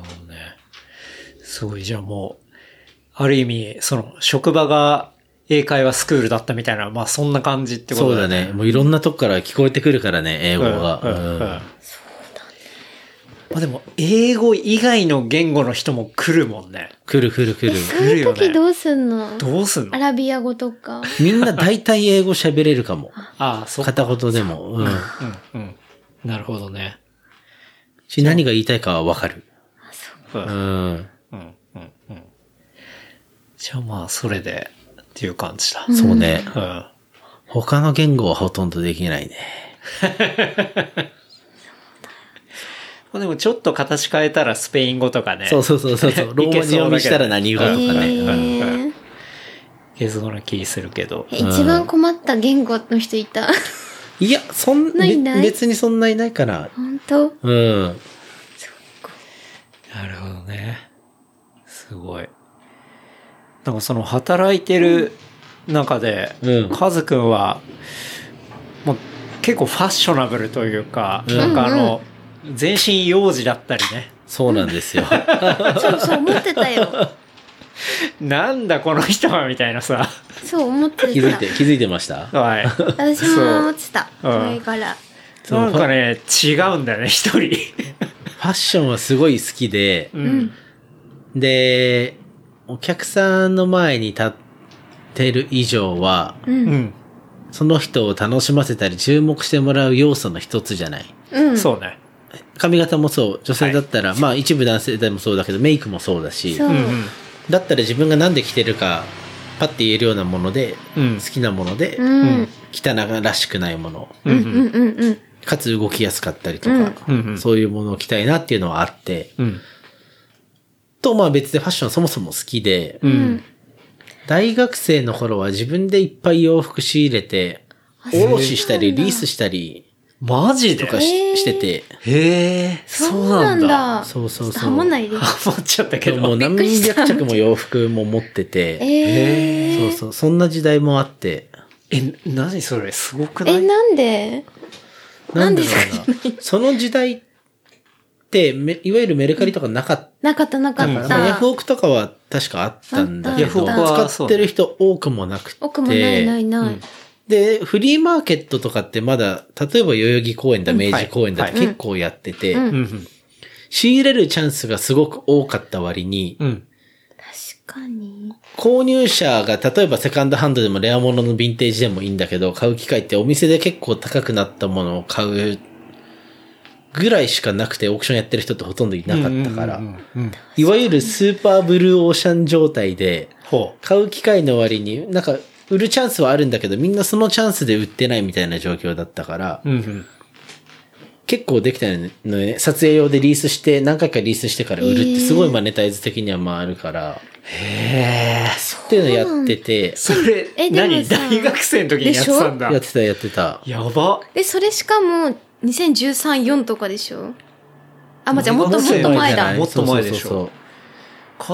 ほどね。すごい、じゃあもう、ある意味、その、職場が英会話スクールだったみたいな、まあそんな感じってこ
そ
と
うだ
よ。
ね。もういろんなとこから聞こえてくるからね、英語が。
うんうんうん
うん
まあでも、英語以外の言語の人も来るもんね。
来る来る
(laughs)
来る。
そういう時どうすんの
どうすん
ア
の
ラビア語とか
みんな大体英語喋れるかも。
ああ、そう。
片言でも。うん。
うん、うん。なるほどね。
し、何が言いたいかはわかる。
うん
う、ん。
うん、うん。うんじゃあまあ、それで、っていう感じだ。
そうね。
うん。
他の言語はほとんどできないね。
まあでも、ちょっと形変えたらスペイン語とかね。
そうそうそうそ
(laughs)
うそう。ローマ字読みしたら何語
え
とかね。
ー
ゲス語な気するけど。
え一番困った言語の人
(laughs)
いた
いや、そん
ない
べ
ない
別にそんないないかな。
本当
うん。
なるほどね。すごい。なんかその働いてる中で、
うん
カズくんは、もう結構ファッショナブルというか、
うん
なんかあの、全身幼児だったりね。
そうなんですよ。
そうそう思ってたよ
なんだこの人はみたいなさ。
そう思って
気づい
た
て、気づいてました (laughs)
はい。
私も思ってた
そううん
前から
そう
なんかね、違うんだよね、一人。
ファッションはすごい好きで、
うん。
で、お客さんの前に立ってる以上は、
う
うんん。
その人を楽しませたり注目してもらう要素の一つじゃない。
うん
そうね。
髪型もそう、女性だったら、まあ一部男性でもそうだけど、メイクもそうだし、
そう
うん
だったら自分が何で着てるか、パッて言えるようなもので、
うん
好きなもので、
うん
汚らしくないもの、
うん。う。
うんうんんうんうん
かつ動きやすかったりとか、
うんうん
そういうものを着たいなっていうのはあって、
うん。
と、まあ別でファッションそもそも好きで、
うん。
大学生の頃は自分でいっぱい洋服仕入れて、おろししたり、リースしたり
マジで
とかし,、
へー
してて、
へえ、そう (laughs) なんだ。
そうそうそう
ちょっとハモん
(laughs)
ないで
思っちゃったけど。
もう何
びっくりし
百着も洋服も持ってて、
えー
そうそう、そんな時代もあって、
え、何それすごくない
えなんで
なんだろうな。その時代って、めいわゆるメルカリとかなかっ
なかったなか
うん
た。
っ
まあヤ
た
フオクとかは確かあったんだけ
あっ
ど、
たあった
使ってる人多くもなくて。
奥もないないない
で、フリーマーケットとかってまだ、例えば代々木公園だ、明
は
治
い
公園だっ
は
て
い
結構やってて、
うん
うん
仕入れるチャンスがすごく多かった割に、
うん。うん。
確かに
購入者が例えばセカンドハンドでもレアもののヴィンテージでもいいんだけど、買う機会ってお店で結構高くなったものを買うぐらいしかなくて、オークションやってる人ってほとんどいなかったから、
うんうんうん
いわゆるスーパーブルーオーシャン状態で、
ほ
買う機会の割に、なんか、売るチャンスはあるんだけど、みんなそのチャンスで売ってないみたいな状況だったから、
う。うんうん。
結構できたのね、撮影用でリースして、何回かリースしてから売るってすごいマネタイズ的には回るから、
へえ。
っていうのやってて、
それ、
えでも
何
さ
大学生の時にやってたんだ
やっ。てたやってた。
やば。
でそれしかも20134とかでしょあまあじゃあもっとも
そ
っ
う
と前だ
もっと前でしょ
そうそう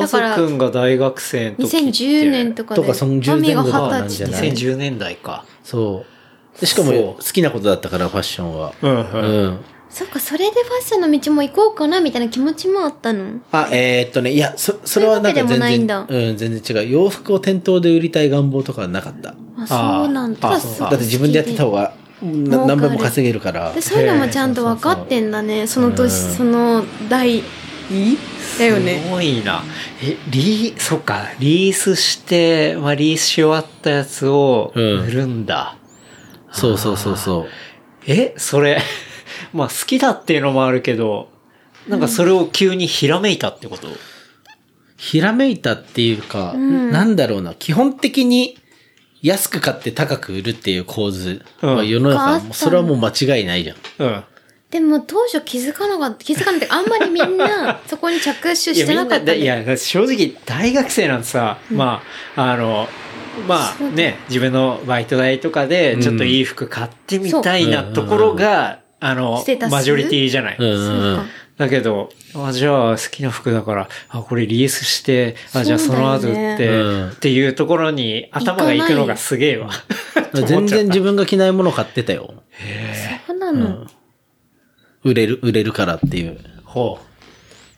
そう
カズくんが大学生の時って。
2010年とかで
とかその10
マミが
前後とかな
二
ん
十
じゃ
歳と
な
か
い
2010年代か。
そう。でしか
そう
も好きなことだったから、ファッションは。
うん
う
うん。
ん。
そっかそれでファッションの道も行こうかなみたいな気持ちもあったの
あ、えーっとね、いや、そ、それはなんか
そうい
全
うわけでもないん
然、
だ
うん、全然違う。洋服を店頭で売りたい願望とかはなかった。
あそうなんだ
あ
ただ
そう
そ
だって自分でやってた方が、な何倍も稼げるから
で。そういうのもちゃんと分かってんだねその年
うん
その代
い
だよね
すごいな。え、リー、そっか、リースして、まあ、リースし終わったやつを
うん
売るんだ。
そうそうそうそう。
え、それ、 (laughs) まあ、好きだっていうのもあるけど、なんかそれを急にひらめいたってこと、
ひらめいたっていうか、
ん
なんだろうな、基本的に安く買って高く売るっていう構図は世の中、
うん
それはもう間違いないじゃん。
うん、
でも当初気づかなかった、気づかなくて、あんまりみんなそこに着手
い
し
や、
て
み
なんか
な、
った
だ
ね。
いや、だって正直、大学生なんてさ、まあ、あの、まあね、自分のバイト代とかで、ちょっといい服買ってみたいなところが、あの
ステータ、ス
マジョリティじゃない。
うんう
そうんか
だけど、あ、じゃあ好きな服だから、あ、これリースして、あ、じゃあ
そ
そう
だ
の後
よね
売って、
うん
っていうところに頭が行くのがすげえわ。
うん。全然自分が着ないもの買ってたよ。
そうなの。
売れる、売れるからっていう。
ほ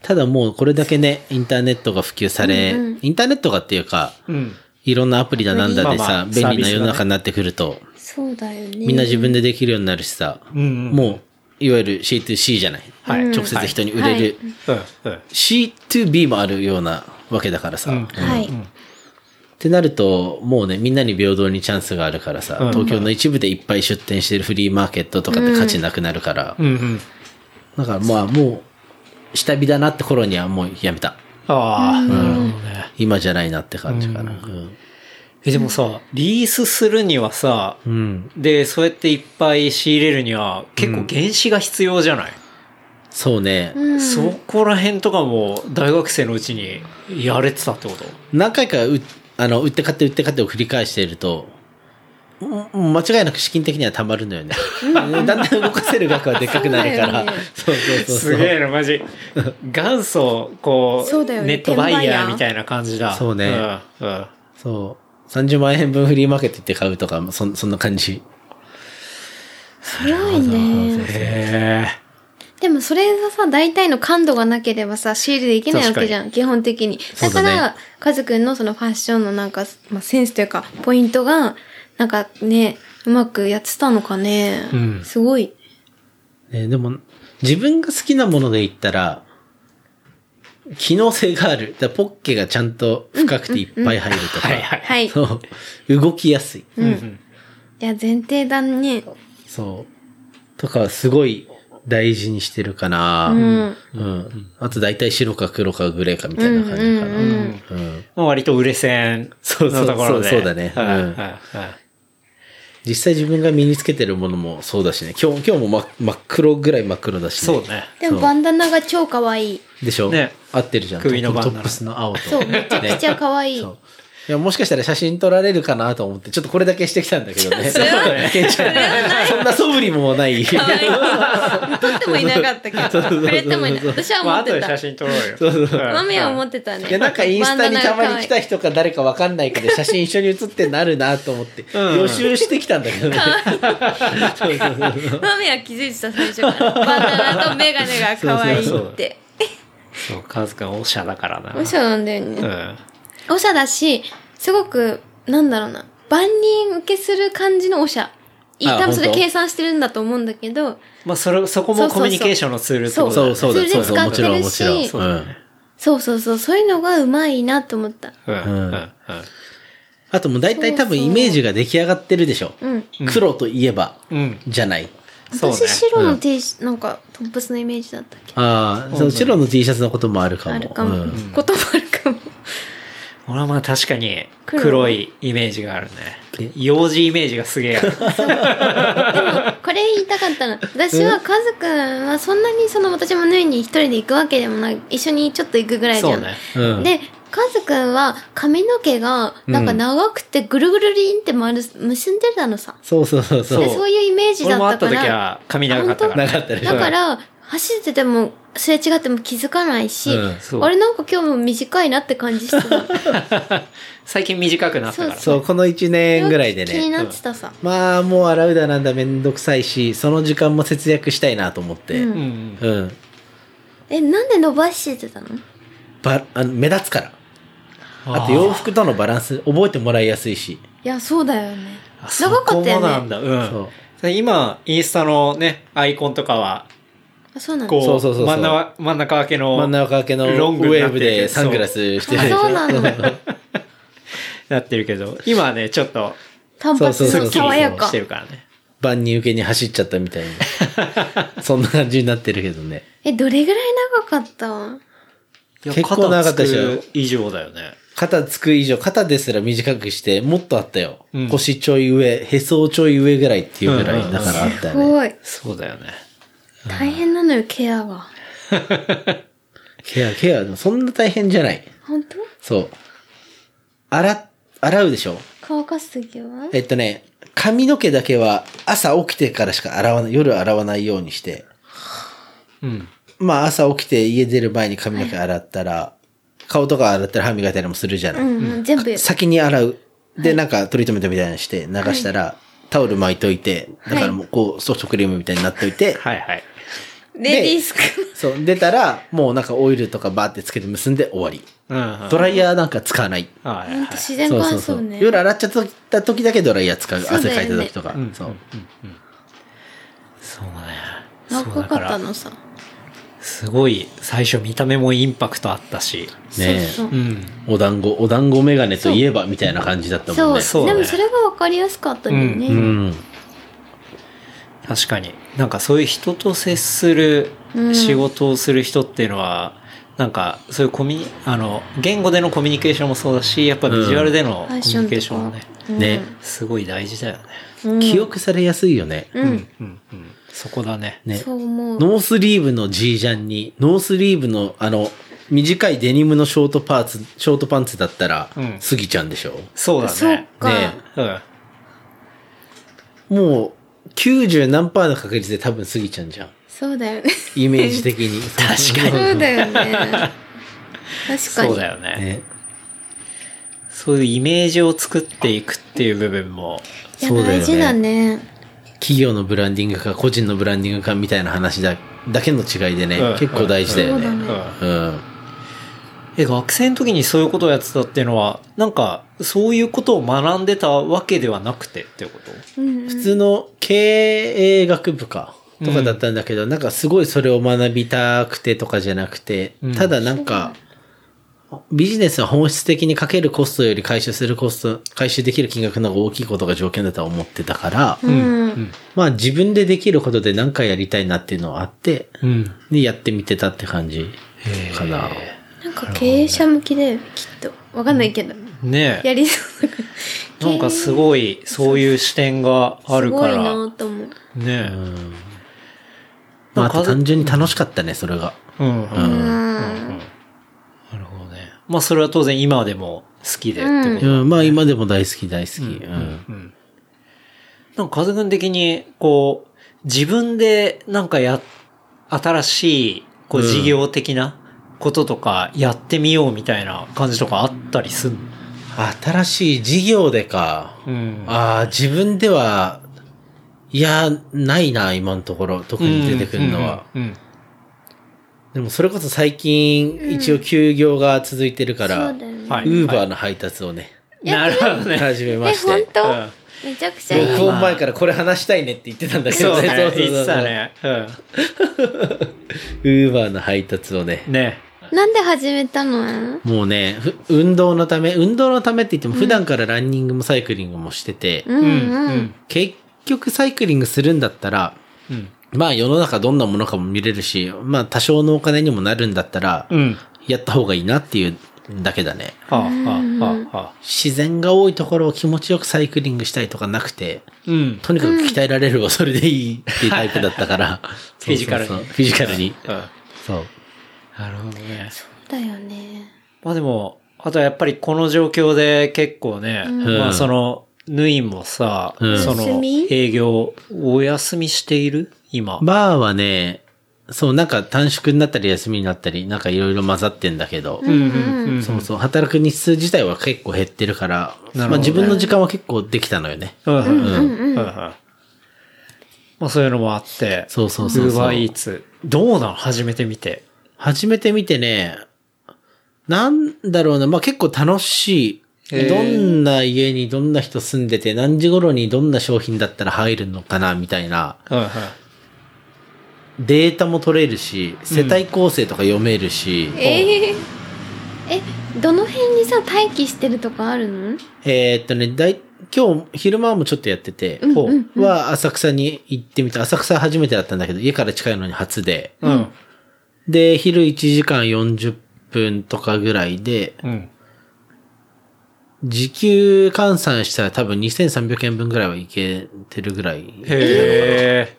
ただもうこれだけね、インターネットが普及され、インターネットがっていうか、
う。うん。
いろんなアプリだなんだでさ、
まあまあサービスがね
便利な世の中になってくると、
そうだよね。
みんな自分でできるようになるしさ、
(laughs) うんうん
もう、いわゆる C2C じゃない。
はい
直接人に売れる。
うん。うん。
C2B もあるようなわけだからさ。
うん
はい。
ってなると、もうね、みんなに平等にチャンスがあるからさ、
うん
東京の一部でいっぱい出店してるフリーマーケットとかって価値なくなるから、
うんうん。
だからまあもう、下火だなって頃にはもうやめた。
ああ、なるほどね。
今じゃないなって感じかな。うん。
え、でもさ、リースするにはさ、
うん
で、そうやっていっぱい仕入れるには、結構原資が必要じゃない、
そうね、
うん
そこら辺とかも、大学生のうちにやれてたってこと
何回かうあの売って買って売って買ってを繰り返していると、うん間違いなく資金的にはたまるのよね。 (laughs) だんだん動かせる額はでっかくなるから
そうだよね。
そうそうそうそう。
すげえな、マジ。 (laughs) 元祖、こう、
そうだよね
ネットバイ
転売ヤ
ヤ
ー
ーみたいな感じだ。
そうね
うん。うん
そう。30万円分フリーマーケット行って買うとか、そんそんな感じ。
強いね。
へ
でもそれがさ、大体の感度がなければさ、仕入れできないわけじゃん、基本的に。
そ
だ
うだ
か
ね
ら、カズくんのそのファッションのなんか、まあ、センスというか、ポイントが、なんかね、うまくやってたのかね。
うん
すごい。
ね、でも、自分が好きなもので言ったら、機能性がある。だからポッケがちゃんと深くていっぱい入るとか。
はいはい。
はい。
そう。動きやすい。
うん。いや、前提だね。
そう。とかはすごい大事にしてるかな。
うん。
うん。あと大体白か黒かグレーかみたいな感じかな。
うんうん
うん
まあ割と売れ線
そうそ
の
う
ところで。
そうそうだね
はいはい
うん
はい
実際自分が身につけてるものもそうだしね。今日、今日も真真っ黒ぐらい真っ黒だしね。
そうね。
でもバンダナが超可愛い。
でしょ
ね
合ってるじゃん。
首のバンダ
ト
ナ
ップスの青と。
そう、めちゃくちゃ可愛い。
そういや、もしかしたら写真撮られるかなと思って、ちょっとこれだけしてきたんだけど
(laughs)
ね。ケンちゃん (laughs) そんな素振りもない。そう
撮ってもいなかったけど、触れてもいなかった。私は
まあ
思っ
後
て
で写
た。
真撮ろうよ。そうそう
マミは思ってたね。
いや、なんかインスタにたまに来た
い。
人か誰かわかんないけど、写真一緒に写ってなるなと思って、
ん
予習してきたんだ
(laughs)
けどね。
マミは気づいてた最初から。バンダナとメガネが可愛いって。
そう、カズくんオシャだからな。
オシャなんだよ
う
ね。
ん。
オシャだし、すごく、なんだろうな。万人受けする感じのオシャ。いい
あ
多分それ
本当
計算してるんだと思うんだけど、
まあそれ、そこもコミュニケーションのツールってことだ
そ
よね
うそうだ、そう
そ
そ
れ
う、もちろん
で
もちろん。
使ってるし
うん
そうそうそう、そういうのがうまいなと思った。
うんうんうん。
あともう大体多分イメージが出来上がってるでしょ。
うん。
黒といえば、
うん。
じゃない。
そうね
私白の T シャツ、なんかトップスのイメージだったっけ
ああ、その白の T シャツのこともあるかも。
あるかも。
うん
こともあるかも。
俺はまあ確かに
黒
黒いイメージがあるね。幼児イメージがすげえある。
これ言いたかったの。私はカズくんはそんなにその私も縫いに一人で行くわけでもない。一緒にちょっと行くぐらいじゃ。
そうんね。
うん
で、カズくんは髪の毛がなんか長くてぐるぐるりんって丸す結んでたのさ。
そうそうそうそう
で。そういうイメージだ
俺も
っ
会
た
った
か
時
ら。
は髪長かったから
な
ね。
かったでしょ
だから、走ってても、すれ違っても気づかないし、
うん
そう
あれなんか今日も短いなって感じして
(laughs)
た。
最近短くなったから。
そう、この1年ぐらいで
気に
ね。
なってたさ。
まあ、もう洗うだなんだめんどくさいし、その時間も節約したいなと思って。
う
うんん。
うん。
え、なんで伸ばしてたの
ばあの目立つから。あと洋服とのバランス、覚えてもらいやすいし。
いや、そうだよね。
あ
長かった
そこもな
よ
ん
ね。
だ。うん。
そう。
今、インスタのね、アイコンとかは、
あそうなんだ
こう
そうそうそうそう
真ん中真ん中分けの
真ん中分けのウ
ロングに
ェ
なっ
ー
て
ブ
る
でサングラスしてるでしょ
あそうなんだ
なってるけど今はねちょっと
単
そ
発
うそうそう
爽やか
してるからね
(laughs) 万人受けに走っちゃったみたい
(laughs)
な。そんな感じになってるけどね。
えどれぐらい長かった
いや
結構長かったでしょ
肩つく以上だよね
肩つく以上、肩ですら短くして、もっとあったよ。
うん
腰ちょい上、へそをちょい上ぐらいっていうぐら
うんうんう
い、
ん
だからあった
す
よね。
ごい
そうだよね
大変なのよケアが
ケア、ケア、でもそんな大変じゃない。
本当
そう。洗っ、洗うでしょ
乾かす時は
えっとね、髪の毛だけは朝起きてからしか洗わない、夜洗わないようにして。
うん
まあ朝起きて家出る前に髪の毛洗ったら、顔とか洗ったら歯磨いたりもするじゃない。
うん、うん、全部
先に洗う。で、なんかトリートメントみたいなのして流したら、タオル巻いといて、だからもうこうソフトクリームみたいになっといて、
はいはい
レディースク
そう、出たらもうなんかオイルとかバーってつけて結んで終わり。
うんうん
ドライヤーなんか使わない。
はいはい
ほんと自然乾
そう
燥ね
夜洗っちゃった時だけドライヤー使う。
そうだ
汗
よ
か
ね
いた時とか。
うん
そう。
そうだねそうだ
長か
か
った
ら
のさ
すごい最初見た目もインパクトあったし
ねえ
そうそ
う
う
ん
お団子、お団子メガネといえばみたいな感じだったもん
そう
ね。
そうだ
で
ね
もそれが分かりやすかったんだよね、
う
うん。
確かになんかそういう人と接する
うん
仕事をする人っていうのは、なんかそういうコミュニあの言語でのコミュニケーションもそうだしやっぱビジュアルでのコ
フ
ミ
ァッシ
ュ
ョン
ニ
とか
ケーションもね、
ね。
すごい大事だよね
うん
記憶されやすいよね。
うん、
うんうんそこだね
ね。
そう思う
ノースリーブの G ジャンに、ノースリーブのあの、短いデニムのショートパーツ、ショートパンツだったら
うん、
過ぎちゃうんでしょ、
そうだ
そっ
ね
か、
ね
うん
もう、90何パーの確率で多分過ぎちゃうんじゃん。
そうだよね
イメージ的に。確
そうだよね確かに
そうだよね
ね。
そういうイメージを作っていくっていう部分も
いや
そうだよね
大事だね
企業のブランディングか、個人のブランディングかみたいな話だ、だけの違いでね、
うん
結構大事だよね。
う
うん
ん
うん。
え学生の時にそういうことをやってたっていうのはなんかそういうことを学んでたわけではなくてっていうこと
うんうん
普通の経営学部かとかだったんだけど、なんかすごいそれを学びたくてとかじゃなくて、
うん
ただなんか、ビジネスは本質的にかけるコストより回収するコスト、回収できる金額の方が大きいことが条件だとは思ってたから、
うん
まあ自分でできることで何かやりたいなっていうのはあって、
うん
で、やってみてたって感じかな。
なんか経営者向きだよねきっとわかんないけど、
ね
やりそうだから
なんかすごいそういう視点があるか
す
ら
ごいなと思う
ね
うんまあ、あと単純に楽しかったね、それが。
うん、
う
なる
ん。
うん
ほどねまあそれは当然今でも好きでってこと、
うんまあ今でも大好き大好き。うん
うんなんか、カズ君的に、こう、自分でなんかや、新しい、こう、
うん
事業的なこととか、やってみようみたいな感じとかあったりすんの
新しい事業でか。
うん
ああ、自分では、いや、ないな、今のところ。特に出てくるのは。。
うんうん
でも、それこそ最近、一応休業が続いてるから、ウ
そうだよね、
はい
ーバーの配達をね、
なるほどね。
始めまして
え本。当、
うん
めちゃくちゃいい
録音前からこれ話したいねって言ってたんだけ
そ
ど
う
ね。
だね。
そうそう
言
そ
って
う
たね。
(laughs) ウーバーの配達をね
う。ん。ね。
なんで始めたの
もうね、ふ運動のため、運動のためって言っても、普段からランニングもサイクリングもしてて、
うん
う
うん、
ん。
結局サイクリングするんだったら、
うん。
まあ世の中どんなものかも見れるし、まあ多少のお金にもなるんだったら
う、ん。
やった方がいいなっていうだけだね。
はあ、はあ、はあ、はあ。
自然が多いところを気持ちよくサイクリングしたいとかなくて、
うん。
とにかく鍛えられればそれでいいっていうタイプだったから、
(laughs) フィジカルに
そうそうそうフィジカルに。
うん
そう。
なるほどね。
だよね
まあでも、あとはやっぱりこの状況で結構ね、
うん
まあその、ヌインもさ、
うん
そ
お休
の
み
営業、お休みしている今。
バーはね、そうなんか短縮になったり休みになったり、なんかいろいろ混ざってんだけど、
うん
うん
そうそう、働く日数自体は結構減ってるから、
なるほどね
まあ自分の時間は結構できたのよね。
うんうんうん
うんう
うん
ん
まあそういうのもあって、
そうそうそうそう
Uber Eats どうなの始めてみて。
始めてみてね、なんだろうな、まあ結構楽し
へ
い。
ー
どんな家にどんな人住んでて、何時頃にどんな商品だったら入るのかな、みたいな。
うんうん
データも取れるし、世帯構成とか読めるし、
えー、えどの辺にさ待機してるとかあるの
えーっとね、だい、今日、昼間もちょっとやってて、
ほう。
は浅草に行ってみた。浅草初めてだったんだけど、家から近いのに初で。
うん。
で、昼1時間40分とかぐらいで、
うん。
時給換算したら多分2300円分ぐらいはいけてるぐらい。
へえ。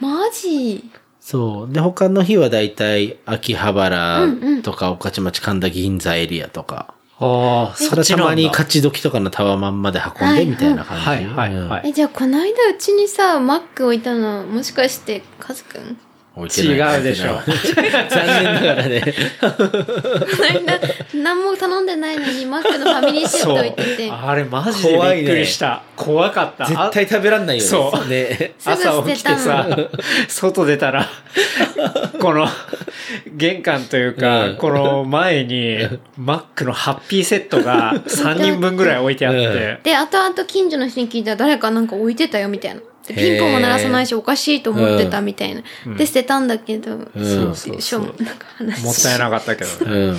マジ
そう。で、他の日はだいたい秋葉原とか、御徒町神田銀座エリアとか。
ああ、それ
た
た
ま
ま
に
に
勝ち時とかのタワマンまで運んでみたいな感じ。
はいはい
うん
はい。
えじゃあこの間うちにさマック置いたのもしかしてカズくん
置いてない
違うでしょ。
(laughs) 残念ながらね。
この間何も頼んでないのにマックのファミリーセット置いてて
あれマジでびっくりした。怖かった。
絶対食べらんないよね。
そう
(laughs) ね。
すぐ捨てた
朝起きてさ、外出たら、この、玄関というか、
うん
この前に、マックのハッピーセットが3人分ぐらい置いてあって、
で後々近所の人に聞いたら誰かなんか置いてたよみたいなでピンポンも鳴らさないしおかしいと思ってたみたいな、で捨てたんだけど、
そう
そうそう
しょもなんか話
もったいなかったけどね。
うん。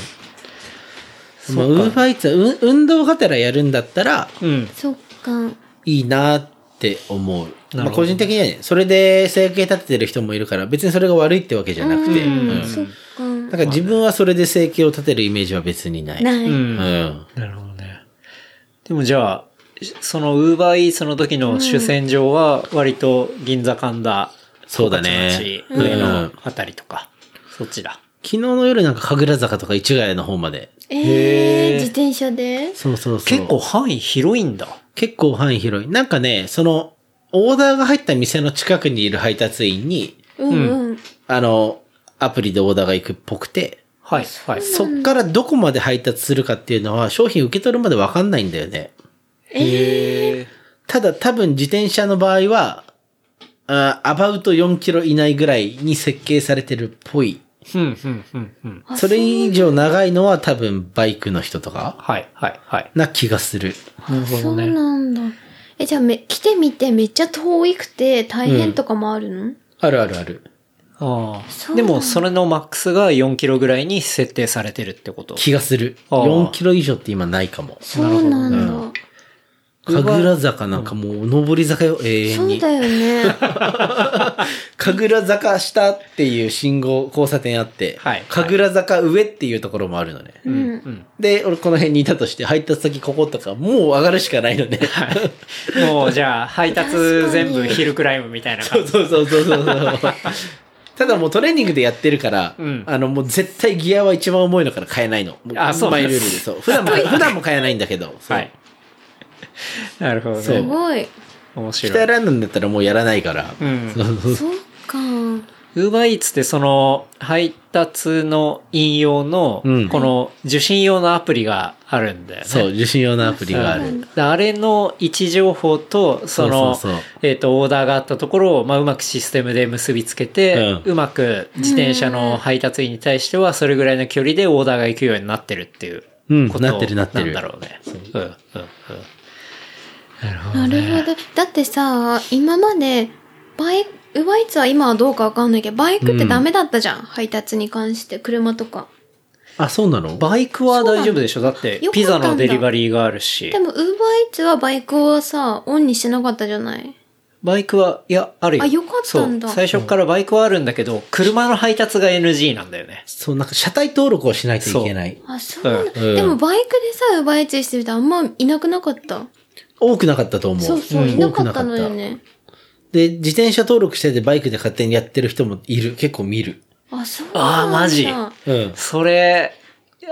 まあ、ウーバーイーツはうん運動がてらやるんだったら
うん。
そっか
いいなって思う。
なるほ
まあ、
ど
個人的にはね、それで生計立ててる人もいるから、別にそれが悪いってわけじゃなくて。
うん
うん
そっ
だ
か
から自分はそれで生計を立てるイメージは別にない。
ない、
う。
うんん。
なるほどね。でもじゃあ、そのウーバーイーツの時の主戦場は割と銀座神田、
そうだね。
御徒町上
う
の
ん
あたりとか、そっちだ。
昨日の夜なんか神楽坂とか市ヶ谷の方まで。
え
へー、
ー自転車で
そうそうそう。
結構範囲広いんだ。
結構範囲広い。なんかね、その、オーダーが入った店の近くにいる配達員に、
うんうん、
あの、アプリでオーダーが行くっぽくて、
はい、はい。
そっからどこまで配達するかっていうのは商品受け取るまでわかんないんだよね。
へえ。
ただ多分自転車の場合は、あアバウト4キロ以内ぐらいに設計されてるっぽい。
うん、うん、うん、うん。
あ
それ以上長いのは多分バイクの人とか
はい、はい、はい。
な気がする。
なるほ
そ
ど
う
ね。
なんだえじゃあめ来てみてめっちゃ遠いくて大変とかもあるの、
あるあるある。
あ
そ
あ。
うな
で
んだ
も、それのマックスが4キロぐらいに設定されてるってこと。
気がする。
あー
4キロ以上って今ないかも。
そうなんだ、
なるほ神楽坂なんかもう上り坂よ、永遠
そう
に
だ。よね
神楽坂下っていう信号交差点あって、
はい
神楽坂上っていうところもあるのね。
うん
で、俺この辺にいたとして、配達先こことか、もう上がるしかないのね。
もう、じゃあ、配達全部ヒルクライムみたいな
(laughs) そ
感
う
じ。
そうそうそう
(laughs)
そう。ただもうトレーニングでやってるから、
うん
あのもう絶対ギアは一番重いのから変えないの。も
あそうなん
マイ
で
ルール
す
で。そう。普段も、普段も変えないんだけど。そう
はい。。 (laughs) なるほど
そ
す
う
ね。
ごい
面白
鍛え
い。
らんなんだったらもうやらないから。
うん
(laughs) そうそうそう
そっか
ウーバーイーツってその配達の引用の
うん、
この受信用のアプリがあるんだよね。
そう、受信用のアプリがあ
うん
る。
だからあれの位置情報と、その、
そうそうそう
えっ、と、オーダーがあったところを、まあ、うまくシステムで結びつけて、
う
うまく自転車の配達員に対しては、それぐらいの距離でオーダーが行くようになってるっていう
うん
こと
なってるなってる
んだろうね。うん、うん、うん。なるほど
なるほどだってさ今までバイウバイツは今はどうかわかんないけどバイクってダメだったじゃん、配達に関して車とか
あ、そうなの
バイクは大丈夫でしょだって
よ、か
ピ
った
ザ
んだ
のデリバリーがあるし
で。もウーバーイーツはバイクをさオンにしてなかったじゃない
バイクは、いや、あるよ。
あよかったんだ
そう最初からバイクはあるんだけど、車の配達が NG なんだよね。
そう、なんか車体登録をしないといけない。
あそうなんだ、
うん
でもバイクでさウーバーイーツしてるとあんまいなくなかった
多くなかったと思う。
そうそう、
ん
いなかったのよ。ね
で、自転車登録しててバイクで勝手にやってる人もいる。結構見る。
あそうなんだ
あーマジ
うん。
それ、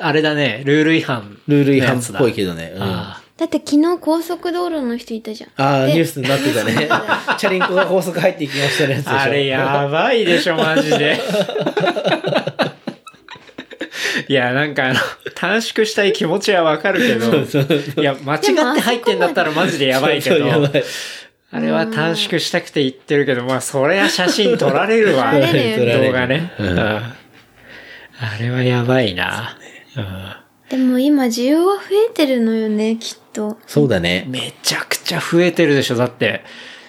あれだね、ルール違反。
ルール違反っぽい
ど。
けどね。うん。あ
あ
だって昨日高速道路の人いたじゃん
あー、ニュースになってた
(laughs)
ね。チャリンコが高速入っていきましたね。やつでしょ
あれやばいでしょ、マジ
(laughs)
で。いや、なんかあの、短縮したい気持ちはわかるけ
(laughs)
ど、いや、間違って入ってんだったらマジでやばいけ
そう
ど
や、ばい
あれは短縮したくて言ってるけど、まあ、そりゃ写真撮られるわ、
(laughs) 撮ら
動
れる
よね
画ね。
うん
うんあれはやばいな。
(laughs) でも今需要は増えてるのよねきっと
そうだ
うん
ね。
めちゃくちゃ増えてるでしょ、だって、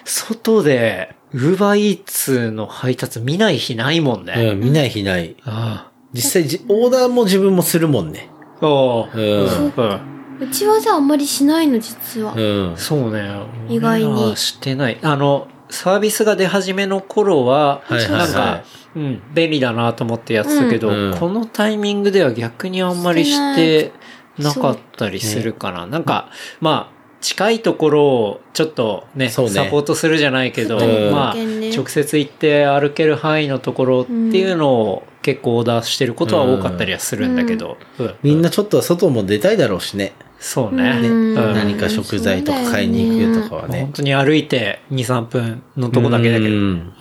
外で、ウーバーイーツの配達見ない日ないもんね。
うん、見ない日ない。
あ
実際じ、オーダーも自分もするもんね。
あ。おう
うん
うん
うちはさあんまりしないの実は、
うん。
そうね。
意外に
俺らはしてない。あの、サービスが出始めの頃は、
はいはいはい
なんか、うん、便利だなと思ってやってたけど、
うんうん
このタイミングでは逆にあんまりしてなかったりするかな。なんか、まあ、近いところをちょっとね、サ
そう
ポ
ね
ートするじゃないけど、
外に
まあ、
保険ね
直接行って歩ける範囲のところっていうのを結構オーダーしてることは多かったりはするんだけど、う
みんなちょっとは外も出たいだろうしね。
そうね。
ね
うん
うん
何か食材とか買いに行くとかはね
本。当に歩いて2、3分のとこだけだけど。
う
うん。
ん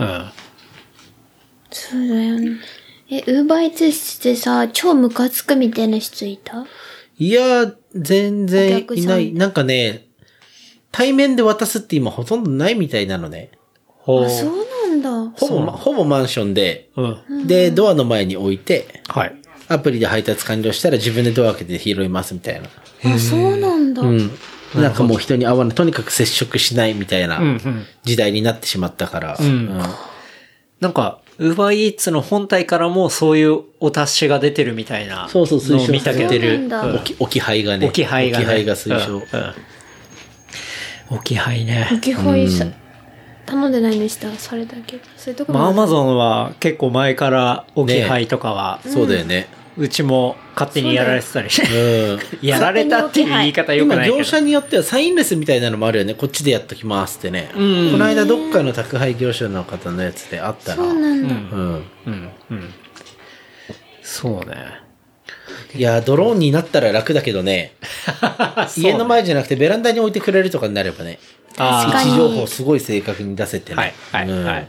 そうだよねえウーバーイーツしてさ超ムカつくみたいな人いた
いやー、全然いな
お客
い。
さん
なんかね、対面で渡すって今ほとんどないみたいなのね。
ほう
あそうなんだ
ほぼ、
そう
ほぼマンションで、
うん。
で、ドアの前に置いて、
はい。
アプリで配達完了したら自分でドア開けて拾いますみたいな。
あそうなんだ、
うん。なんかもう人に会わない、とにかく接触しないみたいな
うんうん。
時代になってしまったから。
うんなんか、ウーバーイーツの本体からもそういうお達しが出てるみたいな
そうそう推奨
のを見たけど
されて
そう
る
なんだ
置き置き配がね。
置き配が、ね。
置き配が推奨。
うんうん置き配ね。
置き配さ、頼んでないのにしたらそれだけどそういうとこ
まあ、ア
ま
マゾンは結構前から置き配とかは、
そうだよね。
うちも勝手にやられてたりして。
うん。
(laughs) やられたっていう言い方よく
今
ないけど。
業者によってはサインレスみたいなのもあるよね。こっちでやっときますってね。
うん
この間どっかの宅配業者の方のやつであったな。
そうなん
う
だ、
ん。
うん、うん。
(laughs)
(laughs) そうね。
いや、ドローンになったら楽だけどね。家の前じゃなくてベランダに置いてくれるとかになればね。
あ
位
ー
確かに
置情報すごい正確に出せてね。
はい、はい、
うん
はい。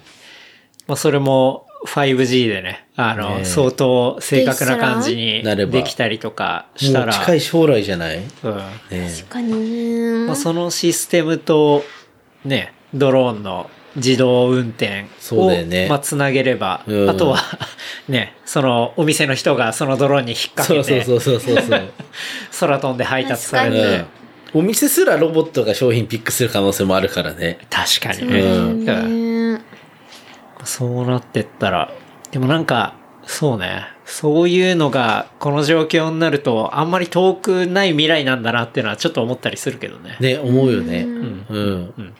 まあ、それも 5G でね、あの、
ねえ
相当正確な感じに
なれば
できたりとかした
もう
ら、
近い将来じゃないね
うん。
確かにね、
まあ、そのシステムと、ね、ドローンの自動運転
そう
を、
だよね
まあ、つなげれば、
うん
あとは、ね、そのお店の人がそのドローンに引っ掛
そ
け
うそう
て、
そうそうそうそう。
空飛んで配達され
確
て
か、
うんお店すらロボットが商品ピックする可能性もあるからね。
確かに
そうだ
ね。
よね、
そうなってったら、でもなんか、そうね。そういうのが、この状況になると、あんまり遠くない未来なんだなっていうのはちょっと思ったりするけどね。
ね、思うよね。
うん。
うん
うん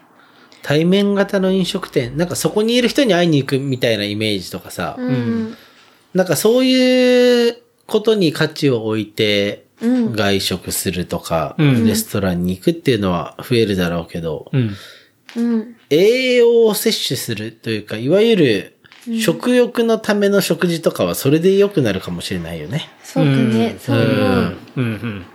対面型の飲食店、なんかそこにいる人に会いに行くみたいなイメージとかさ、
うん
なんかそういうことに価値を置いて、
うん
外食するとか、
うん
レストランに行くっていうのは増えるだろうけど、
うん。
うん
栄養を摂取するというか、いわゆる食欲のための食事とかはそれで良くなるかもしれないよね。
そうかね、そう思う、
うん
うんうん。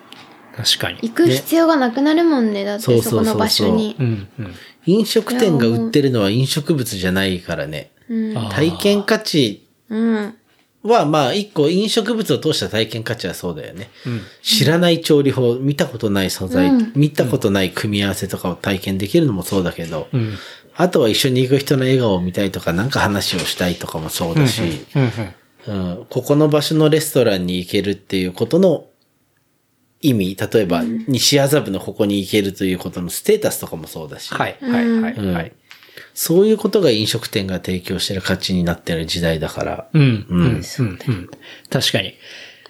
確かに。
行く必要がなくなるもんねだっ
そ
て
うそう
そ
そ
こ
うそう
の場所に
うんうん。
飲食店が売ってるのは飲食物じゃないからね。
うん
あー
体験価値
うん
は、まあ、一個飲食物を通した体験価値はそうだよね。
うん
知らない調理法、見たことない素材、
うん
見たことない組み合わせとかを体験できるのもそうだけど、
うん。
あとは一緒に行く人の笑顔を見たいとか、なんか話をしたいとかもそうだし、
うんうん。
うんここの場所のレストランに行けるっていうことの意味、例えば、西麻布のここに行けるということのステータスとかもそうだし、
はいはいはいはい。
そういうことが飲食店が提供してる価値になってる時代だから、
うんうんうんうん。確かに。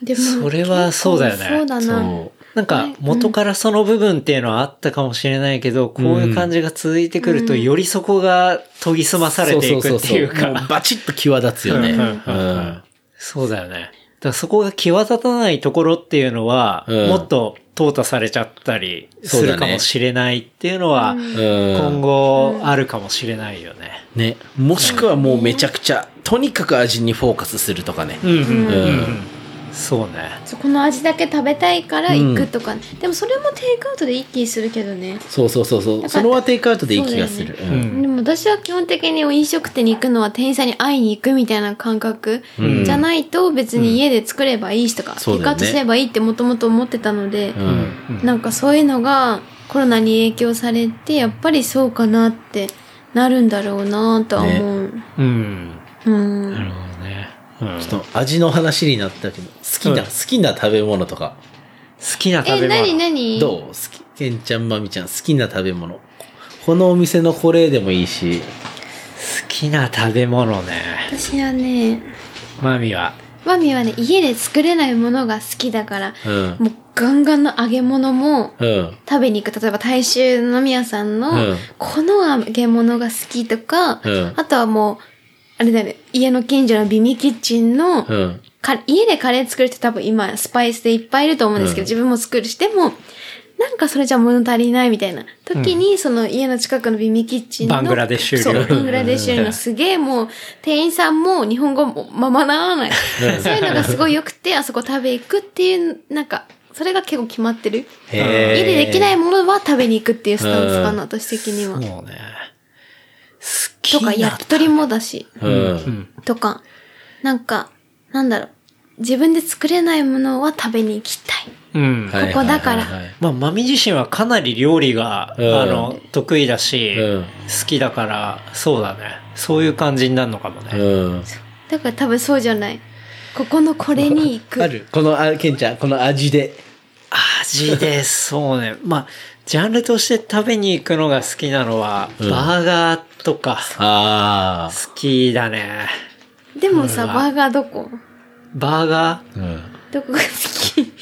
でも
それはそうだよね
そうだな
そう
なんか元からその部分っていうのはあったかもしれないけど、こういう感じが続いてくると、よりそこが研ぎ澄まされていくっていう
そそそも
か。
バチッと際立つよね。
う
うんん
そうだよね。だからそこが際立たないところっていうのは、
うん
もっと淘汰されちゃったりするかもしれないっていうのは、
うん
今後あるかもしれないよね。
ね。もしくはもうめちゃくちゃ、とにかく味にフォーカスするとかね。
うんうん
う
うん
ん
そうね。
そこの味だけ食べたいから行くとか、でもそれもテイクアウトで一気にするけどね
そうそうそうそう。そのはテイクアウトでいい気がする。
そう
よね
うん
うん
でも私は基本的に飲食店に行くのは店員さんに会いに行くみたいな感覚
うん
じゃないと別に家で作ればいいしとか、テ
そう
イ
だよね
クアウトすればいいってもともと思ってたので、
うん
なんかそういうのがコロナに影響されてやっぱりそうかなってなるんだろうなとは思う、
うん。
うん
なるほどね。うん
ちょっと味の話になったけど、好きな、
うん
好きな食べ物とか。
好きな食べ
え
物。
何何
どう好き、けんちゃん、まみちゃん、好きな食べ物。このお店のこれでもいいし。
好きな食べ物ね。
私はね
マミは。
マミはね家で作れないものが好きだから、
うん
もうガンガンの揚げ物も
うん。
食べに行く例えば大衆飲み屋さんの、
うん
この揚げ物が好きとか、
うん
あとはもうあれだよね家の近所のビミキッチンの、
うん。
か家でカレー作る人多分今スパイスでいっぱいいると思うんですけ
うん
ど、自分も作るしてもなんかそれじゃ物足りないみたいな時に、その家の近くのビミキッチンの
バングラデシュ料
そ
理
うバングラデシュ料理のすげえもう店員さんも日本語もままならないそういうのがすごい良くてあそこ食べ行くっていうなんかそれが結構決まってる
へー
家でできないものは食べに行くっていうスタンスか
うん
な私的に
そ
は
うね。好き
と
な。
か焼き鳥もだし
うん。
とか、なんか、なんだろう。自分で作れないものは食べに行きたい。
うん。
はい
ここだから
はいはいはい
まあ、マミ自身はかなり料理が、
うん
あの、得意だし、
うん
好きだから、そうだね。そういう感じになるのかもね。
うん。
だから多分そうじゃない。ここのこれに行く。
ある。この、あ、ケンちゃん、この味で。
味で、そうね。まあ、ジャンルとして食べに行くのが好きなのは、
うん
バーガーとか、
あ
好きだね。
でもさ、
これは
バーガーどこ
バーガー
あ。うん。
どこが好き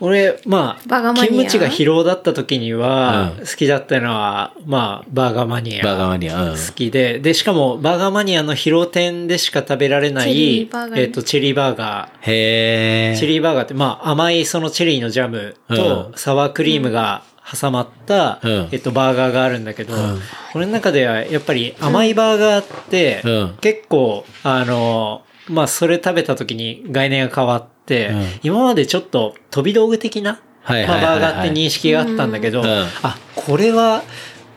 俺、まあ、
バーガーマニア
勤務地が疲労だった時には、
う
好
ん
きだったのは、まあ、バーガーマニア。
バーガーマニア。うん。
好きで、で、しかも、バーガーマニアの疲労店でしか食べられな
チェ
い、
リ
えっ
ーバーガーね、
と、チェリーバーガー。
へえ。
チェリーバーガーって、まあ、甘いそのチェリーのジャムと
う、ん
サワークリームが挟まった、
うん
えっと、バーガーがあるんだけど、
うん
これの中では、やっぱり甘いバーガーって、
うん
結構、あの、まあ、それ食べた時に概念が変わって、
うん
今までちょっと飛び道具的な、
はい
ま
は
あ、
いは
バ
いはい
ーガーって認識があったんだけど、
うんうん
あこれは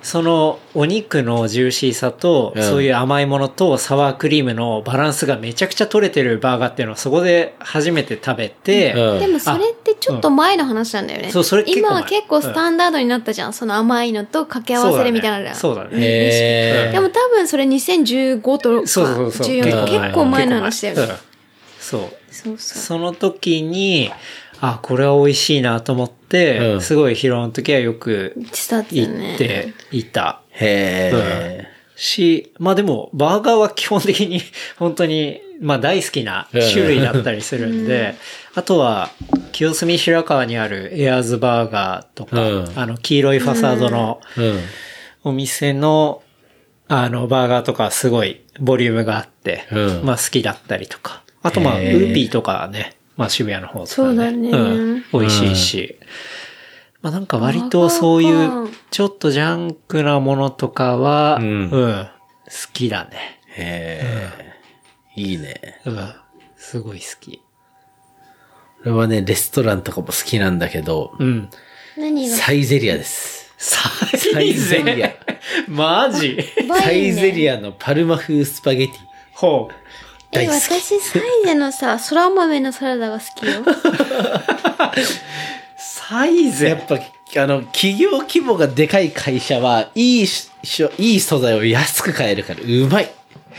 そのお肉のジューシーさと、
うん
そういう甘いものとサワークリームのバランスがめちゃくちゃ取れてるバーガーっていうのをそこで初めて食べて、
うん
でもそれってちょっと前の話なんだよね。
うんそうそれ結構
今
前
は結構スタンダードになったじゃん。その甘いのと掛け合わせるみたいなのが
そうだねそうだね
へえ。
でも多分それ2015とか
そうそうそう
14とか結構前の話だよね。
うんそう
そうそう。
その時にあこれは美味しいなと思って、
うん
すごい疲労の時はよく
したって
行
ね。
っていた。
へ
うん
え。
し、まあでも、バーガーは基本的に、 (laughs) 本当に、まあ大好きな種類だったりするんで、あとは、清澄白河にあるエアーズバーガーとか、
うん
あの、黄色いファサードの
うん。
お店の、あの、バーガーとかすごいボリュームがあって、
うん
まあ好きだったりとか、あとまあ、ウ
へー
ーピーとかね、まあ渋谷の方とか、ね、
そうだね
ん美味しいし、まあなんか割とそう
バーガ
い
ー
う
か、
ちょっとジャンクなものとかは、
う
うんん、好きだね。
へえ。いいね。
うん、すごい好き。
これはね、レストランとかも好きなんだけど、
うん。
何が
サイゼリアです。
サ
サイ
イ
ゼ
ゼ
リ
リ
ア
ア。。マジ
ばいね
サイゼリアのパルマ風スパゲティ。
ほ
え、
大好き
私、サイゼの
(laughs)
さ、そら豆のサラダが好きよ。
う。サイ
や
ゼ
っぱ、あの、企業規模がでかい会社は、いいし、しょいい素材を安く買えるから、うまい。
へ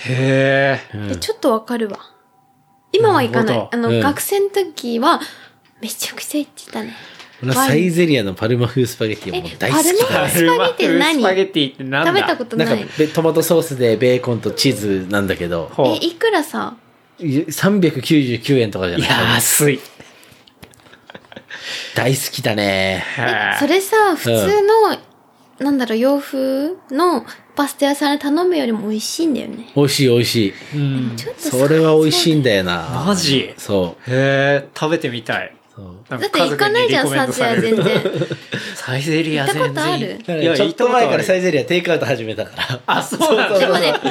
え。
えちょっとわかるわ。今は行かな
ないる。
あ
ほ
の、
うん
学生の時は、めちゃくちゃ行ってたね。
俺はサイゼリアのパルマ風スパゲティはもう大好き
えパルマ
だ。
スパゲティって何
スパゲティって何だ
食べたことな
なん
い
か。べ、トマトソースでベーコンとチーズなんだけど、
ほう
え、。いくらさ、
399円とかじゃない
安い。
大好きだね。
え、それさ、普通の、なんだろう、洋風のパスタ屋さんで頼むよりも美味しいんだよね。
美味しい美味しい。
うん。
ちょっとさ
それは美味しいんだよな。
マジ
そ
へえ、食べてみたい。
う。そう
だ
だって行かないじゃん、サイゼリア全然。
サイゼリア
行ったこ
全
とある
然。
だからねちょっと前からサイゼリアテイクアウト始めたから。
(laughs) あそうなんだ
でもね、この辺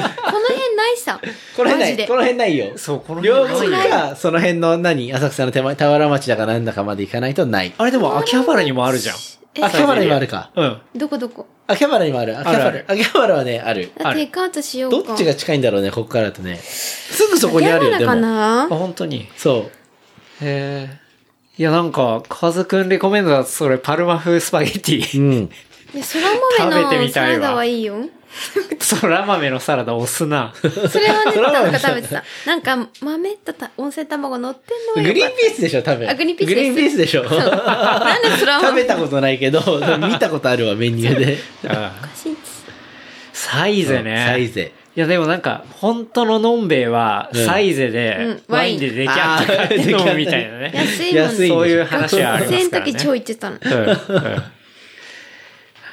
ないさ。
この辺
マ
な
ジ
い、
で
こ。の辺ないよ。
そう、この
両
辺
国
ない
か、その辺の何、浅草の手前、田原町だかなんだかまで行かないとない。
あれでも秋葉原にもあるじゃん。
え
秋葉原にもあるか。
うん。
どこどこ
秋葉原にもある。秋葉
ある
原。秋葉原はね、ある。
ある
テイクアウトしよう
ど
か。
っちが近いんだろうね、ここからだとね。すぐそこにあるよ、
秋
で
葉原
も。
あ、
かな
本当に。
そう。
へえ。いや、なんか、カズくんレコメンドだとそれ、パルマ風スパゲテ
う
ィ。 (laughs)
ん。
いや、そら
食べ
豆
て
の
み
サ
たいわ
ラダはいいよ。
そら豆のサラダ押すな。
それはね、
そら
なん
豆
か食べてた。なんか、豆とた温泉卵乗ってんの
グ
はよ
リ
か
ー
っ
ンピースでしょ、多分。
あグリーンピース
グ
です
リーンピースでしょ。
た。なんでそら
食
豆
べたことない
(laughs)
けど、でも見たことあるわ、メニューで。
うん
おかしいっつ
サイゼ
サイ
ね。
ゼ。
いやでもなんか本当ののんべえは
うん
サイゼで
うん
ワインで出来合った帰って飲むみたいなね、
安いもん
安い
そういう
学
話はありま
生
す
の
からね
時超言ってたの。
うんうん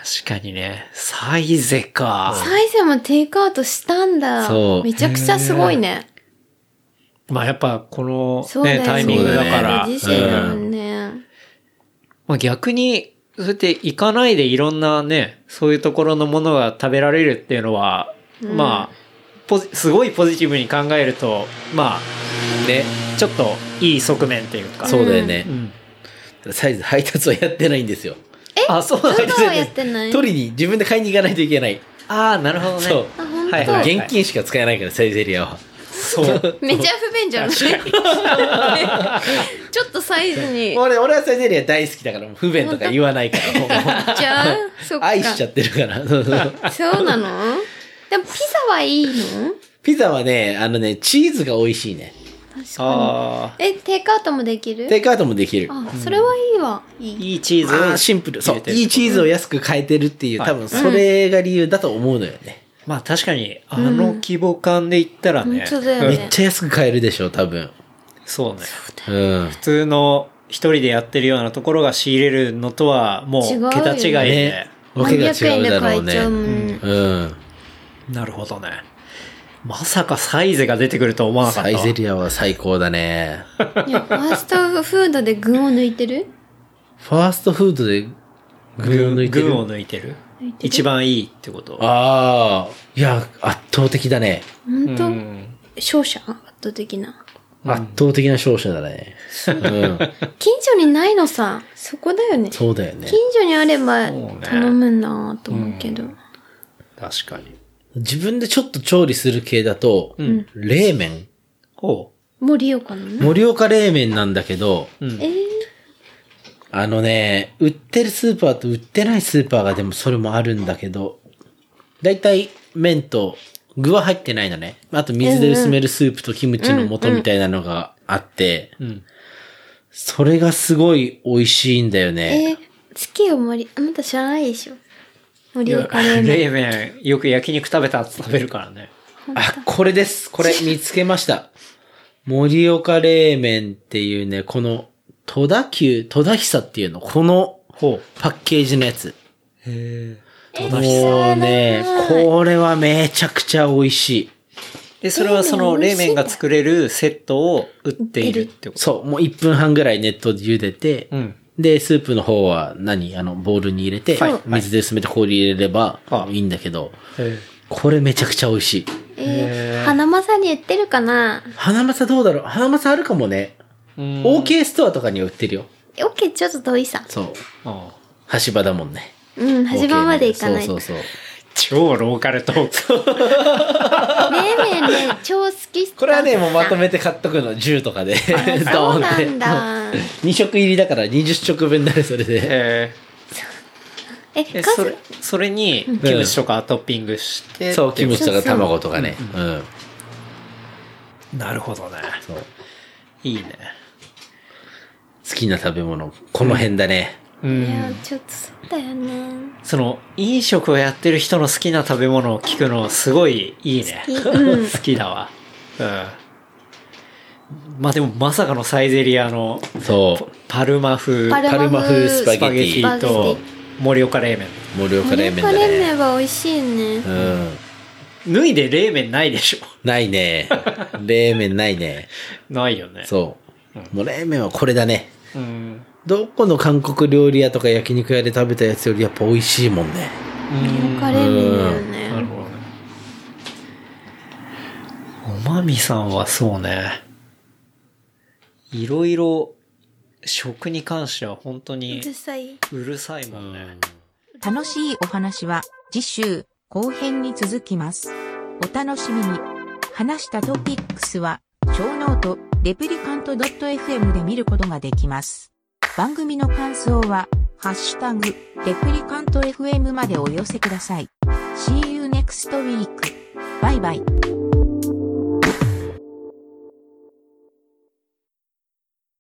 確かにねサイゼか、
サイゼもテイクアウトしたんだ。
そう
めちゃくちゃすごいね。
まあやっぱこ
そ
の、
うだ
ね、
よ
タイミングだから、
人生だもんね。
まあ、逆にそうやって行かないでいろんなねそういうところのものが食べられるっていうのは、まあポジすごいポジティブに考えるとまあねちょっといい側面っていうか
そうだよ
う
ね。
ん
サイズ配達はやってないんですよ。
あそうなん
そ
だ
ういうのはやってない。
取りに、自分で買いに行かないといけない。
ああなるほどね
そう。
あ、本
はい
当。
現金しか使えないから、サイゼリアは。
そう
めちゃ不便じゃないちょっとサイズに。
俺、俺はサイゼリア大好きだから、もう不便とか言わないから、もう
じゃあ、そっか。
愛しちゃってるから。そうそう
そうなのでもピザはいいの
ピザはね、あのね、チーズが美味しいね。
確か
ああ
に。え、テイクアウトもできる
テイクアウトもできる。
あ、それはいいわ。いい。
いいチーズ
ま
を
あシンプル。そ
入れ
う。
てる
いいチーズを安く買えてるっていう、
はい
多分それが理由だと思うのよね。
まあ確かにあの規模感で言ったらね、
本当だよ
め
ね
っちゃ安く買えるでしょ、多分。
そうね
うん。
普通の一人でやってるようなところが仕入れるのとはも
違う
う
よ
桁違いで、
ね。わけが
300
違
円
う
で
だ
買
ろう
えち
ね。
ゃうも。
うんん。
なるほどね。まさかサイゼが出てくると思わなかっ
サ
たわ。
イゼリアは最高だね。
いや、ファーストフードで群を抜いてる
ファーストフードで群を抜いてる。
群を抜いてる一番いいってこと。
ああ。いや、圧倒的だね。
本
う
当
ん
勝者圧倒的な。
圧倒的な勝者だね。うん。
近所にないのさ、そこだよね。
そうだよね。
近所にあれば
うね
頼むなぁと思うけど。
確かに。
自分でちょっと調理する系だと、冷麺
ほ
盛岡のね。
盛岡冷麺なんだけど、
えー、
あのね、売ってるスーパーと売ってないスーパーがでもそれもあるんだけど、だいたい麺と具は入ってないのね。あと水で薄めるスープとキムチの素みたいなのがあって、
ん
それがすごい美味しいんだよね。
えー、好きよ森、あなた知らないでしょ。
う。い
盛
や
岡冷麺。
冷麺、よく焼肉食べた後食べるからね。
あ、これです。これ見つけました。盛岡冷麺っていうね、この戸田急、戸田久っていうの、この
ほ
パッケージのやつ。
う。へ
え
もう
ー
ね
知ら、ない
これはめちゃくちゃ美味しい。
え、それはその
冷
冷
麺美味しい
麺
んだ
が作れるセットを売っているってこと。
そう、もう1分半ぐらい熱湯で茹でて、
うん
で、スープの方は何あの、ボウルに入れて、
はい
水で薄めて氷入れれば
あ
いいんだけど、
へ
これめちゃくちゃ美味しい。
えー、花正に売ってるかな
花正どうだろう花正あるかもね。
えうん。
OK ストアとかには売ってるよ。
オッケーちょっと遠いさ。
そう。
ああ
橋場だもんね。
うん、端場まで行かない。
そう
冷
そうそう。
超ローカルトーク。
麺ね、超好き
これはね、もうまとめて買っとくの、10とかで。 (laughs) ド
そう
ーンっ
な
て
ん
(laughs)
だ。
2食入りだから20食分になる、それで。
え
え、
え、
カ
そ
ズ
れ、それに、キムチとかトッピングして。
そう、キムチとか卵とかね。うん。
なるほどね。
そう好
いいね。
きな食べ物、この辺だね。
う
い
ん
や、ちょっとそうだよね。
その飲食をやってる人の好きな食べ物を聞くのすごいいいね。
好きう
(laughs)
ん
好きだわ。うん。まあでもまさかのサイゼリアの
そう。
パルマ風
パル
パルマ風スパ
スパ
ゲ
ゲ
テ
テ
ィ。
ィと盛岡冷麺。
盛岡冷
盛
麺
岡
だ
冷
ね。
麺は美味しいね。
うん。
脱いで冷麺ないでしょ。
ないね。冷麺ないね。
ないよね。
そう。もう冷麺はこれだね。
う。ん。
どこの韓国料理屋とか焼肉屋で食べたやつよりやっぱ美味しいもんね。
盛岡冷麺だよね。
なるほどね。おまみさんはそうね。いろいろ食に関しては本当に
実際。
うるさいもんね。
楽しいお話は次週後編に続きます。お楽しみに。話したトピックスは、超ノート、レプリカント .fm で見ることができます。番組の感想は、ハッシュタグ、レプリカント fm までお寄せください。See you next week. バイバイ。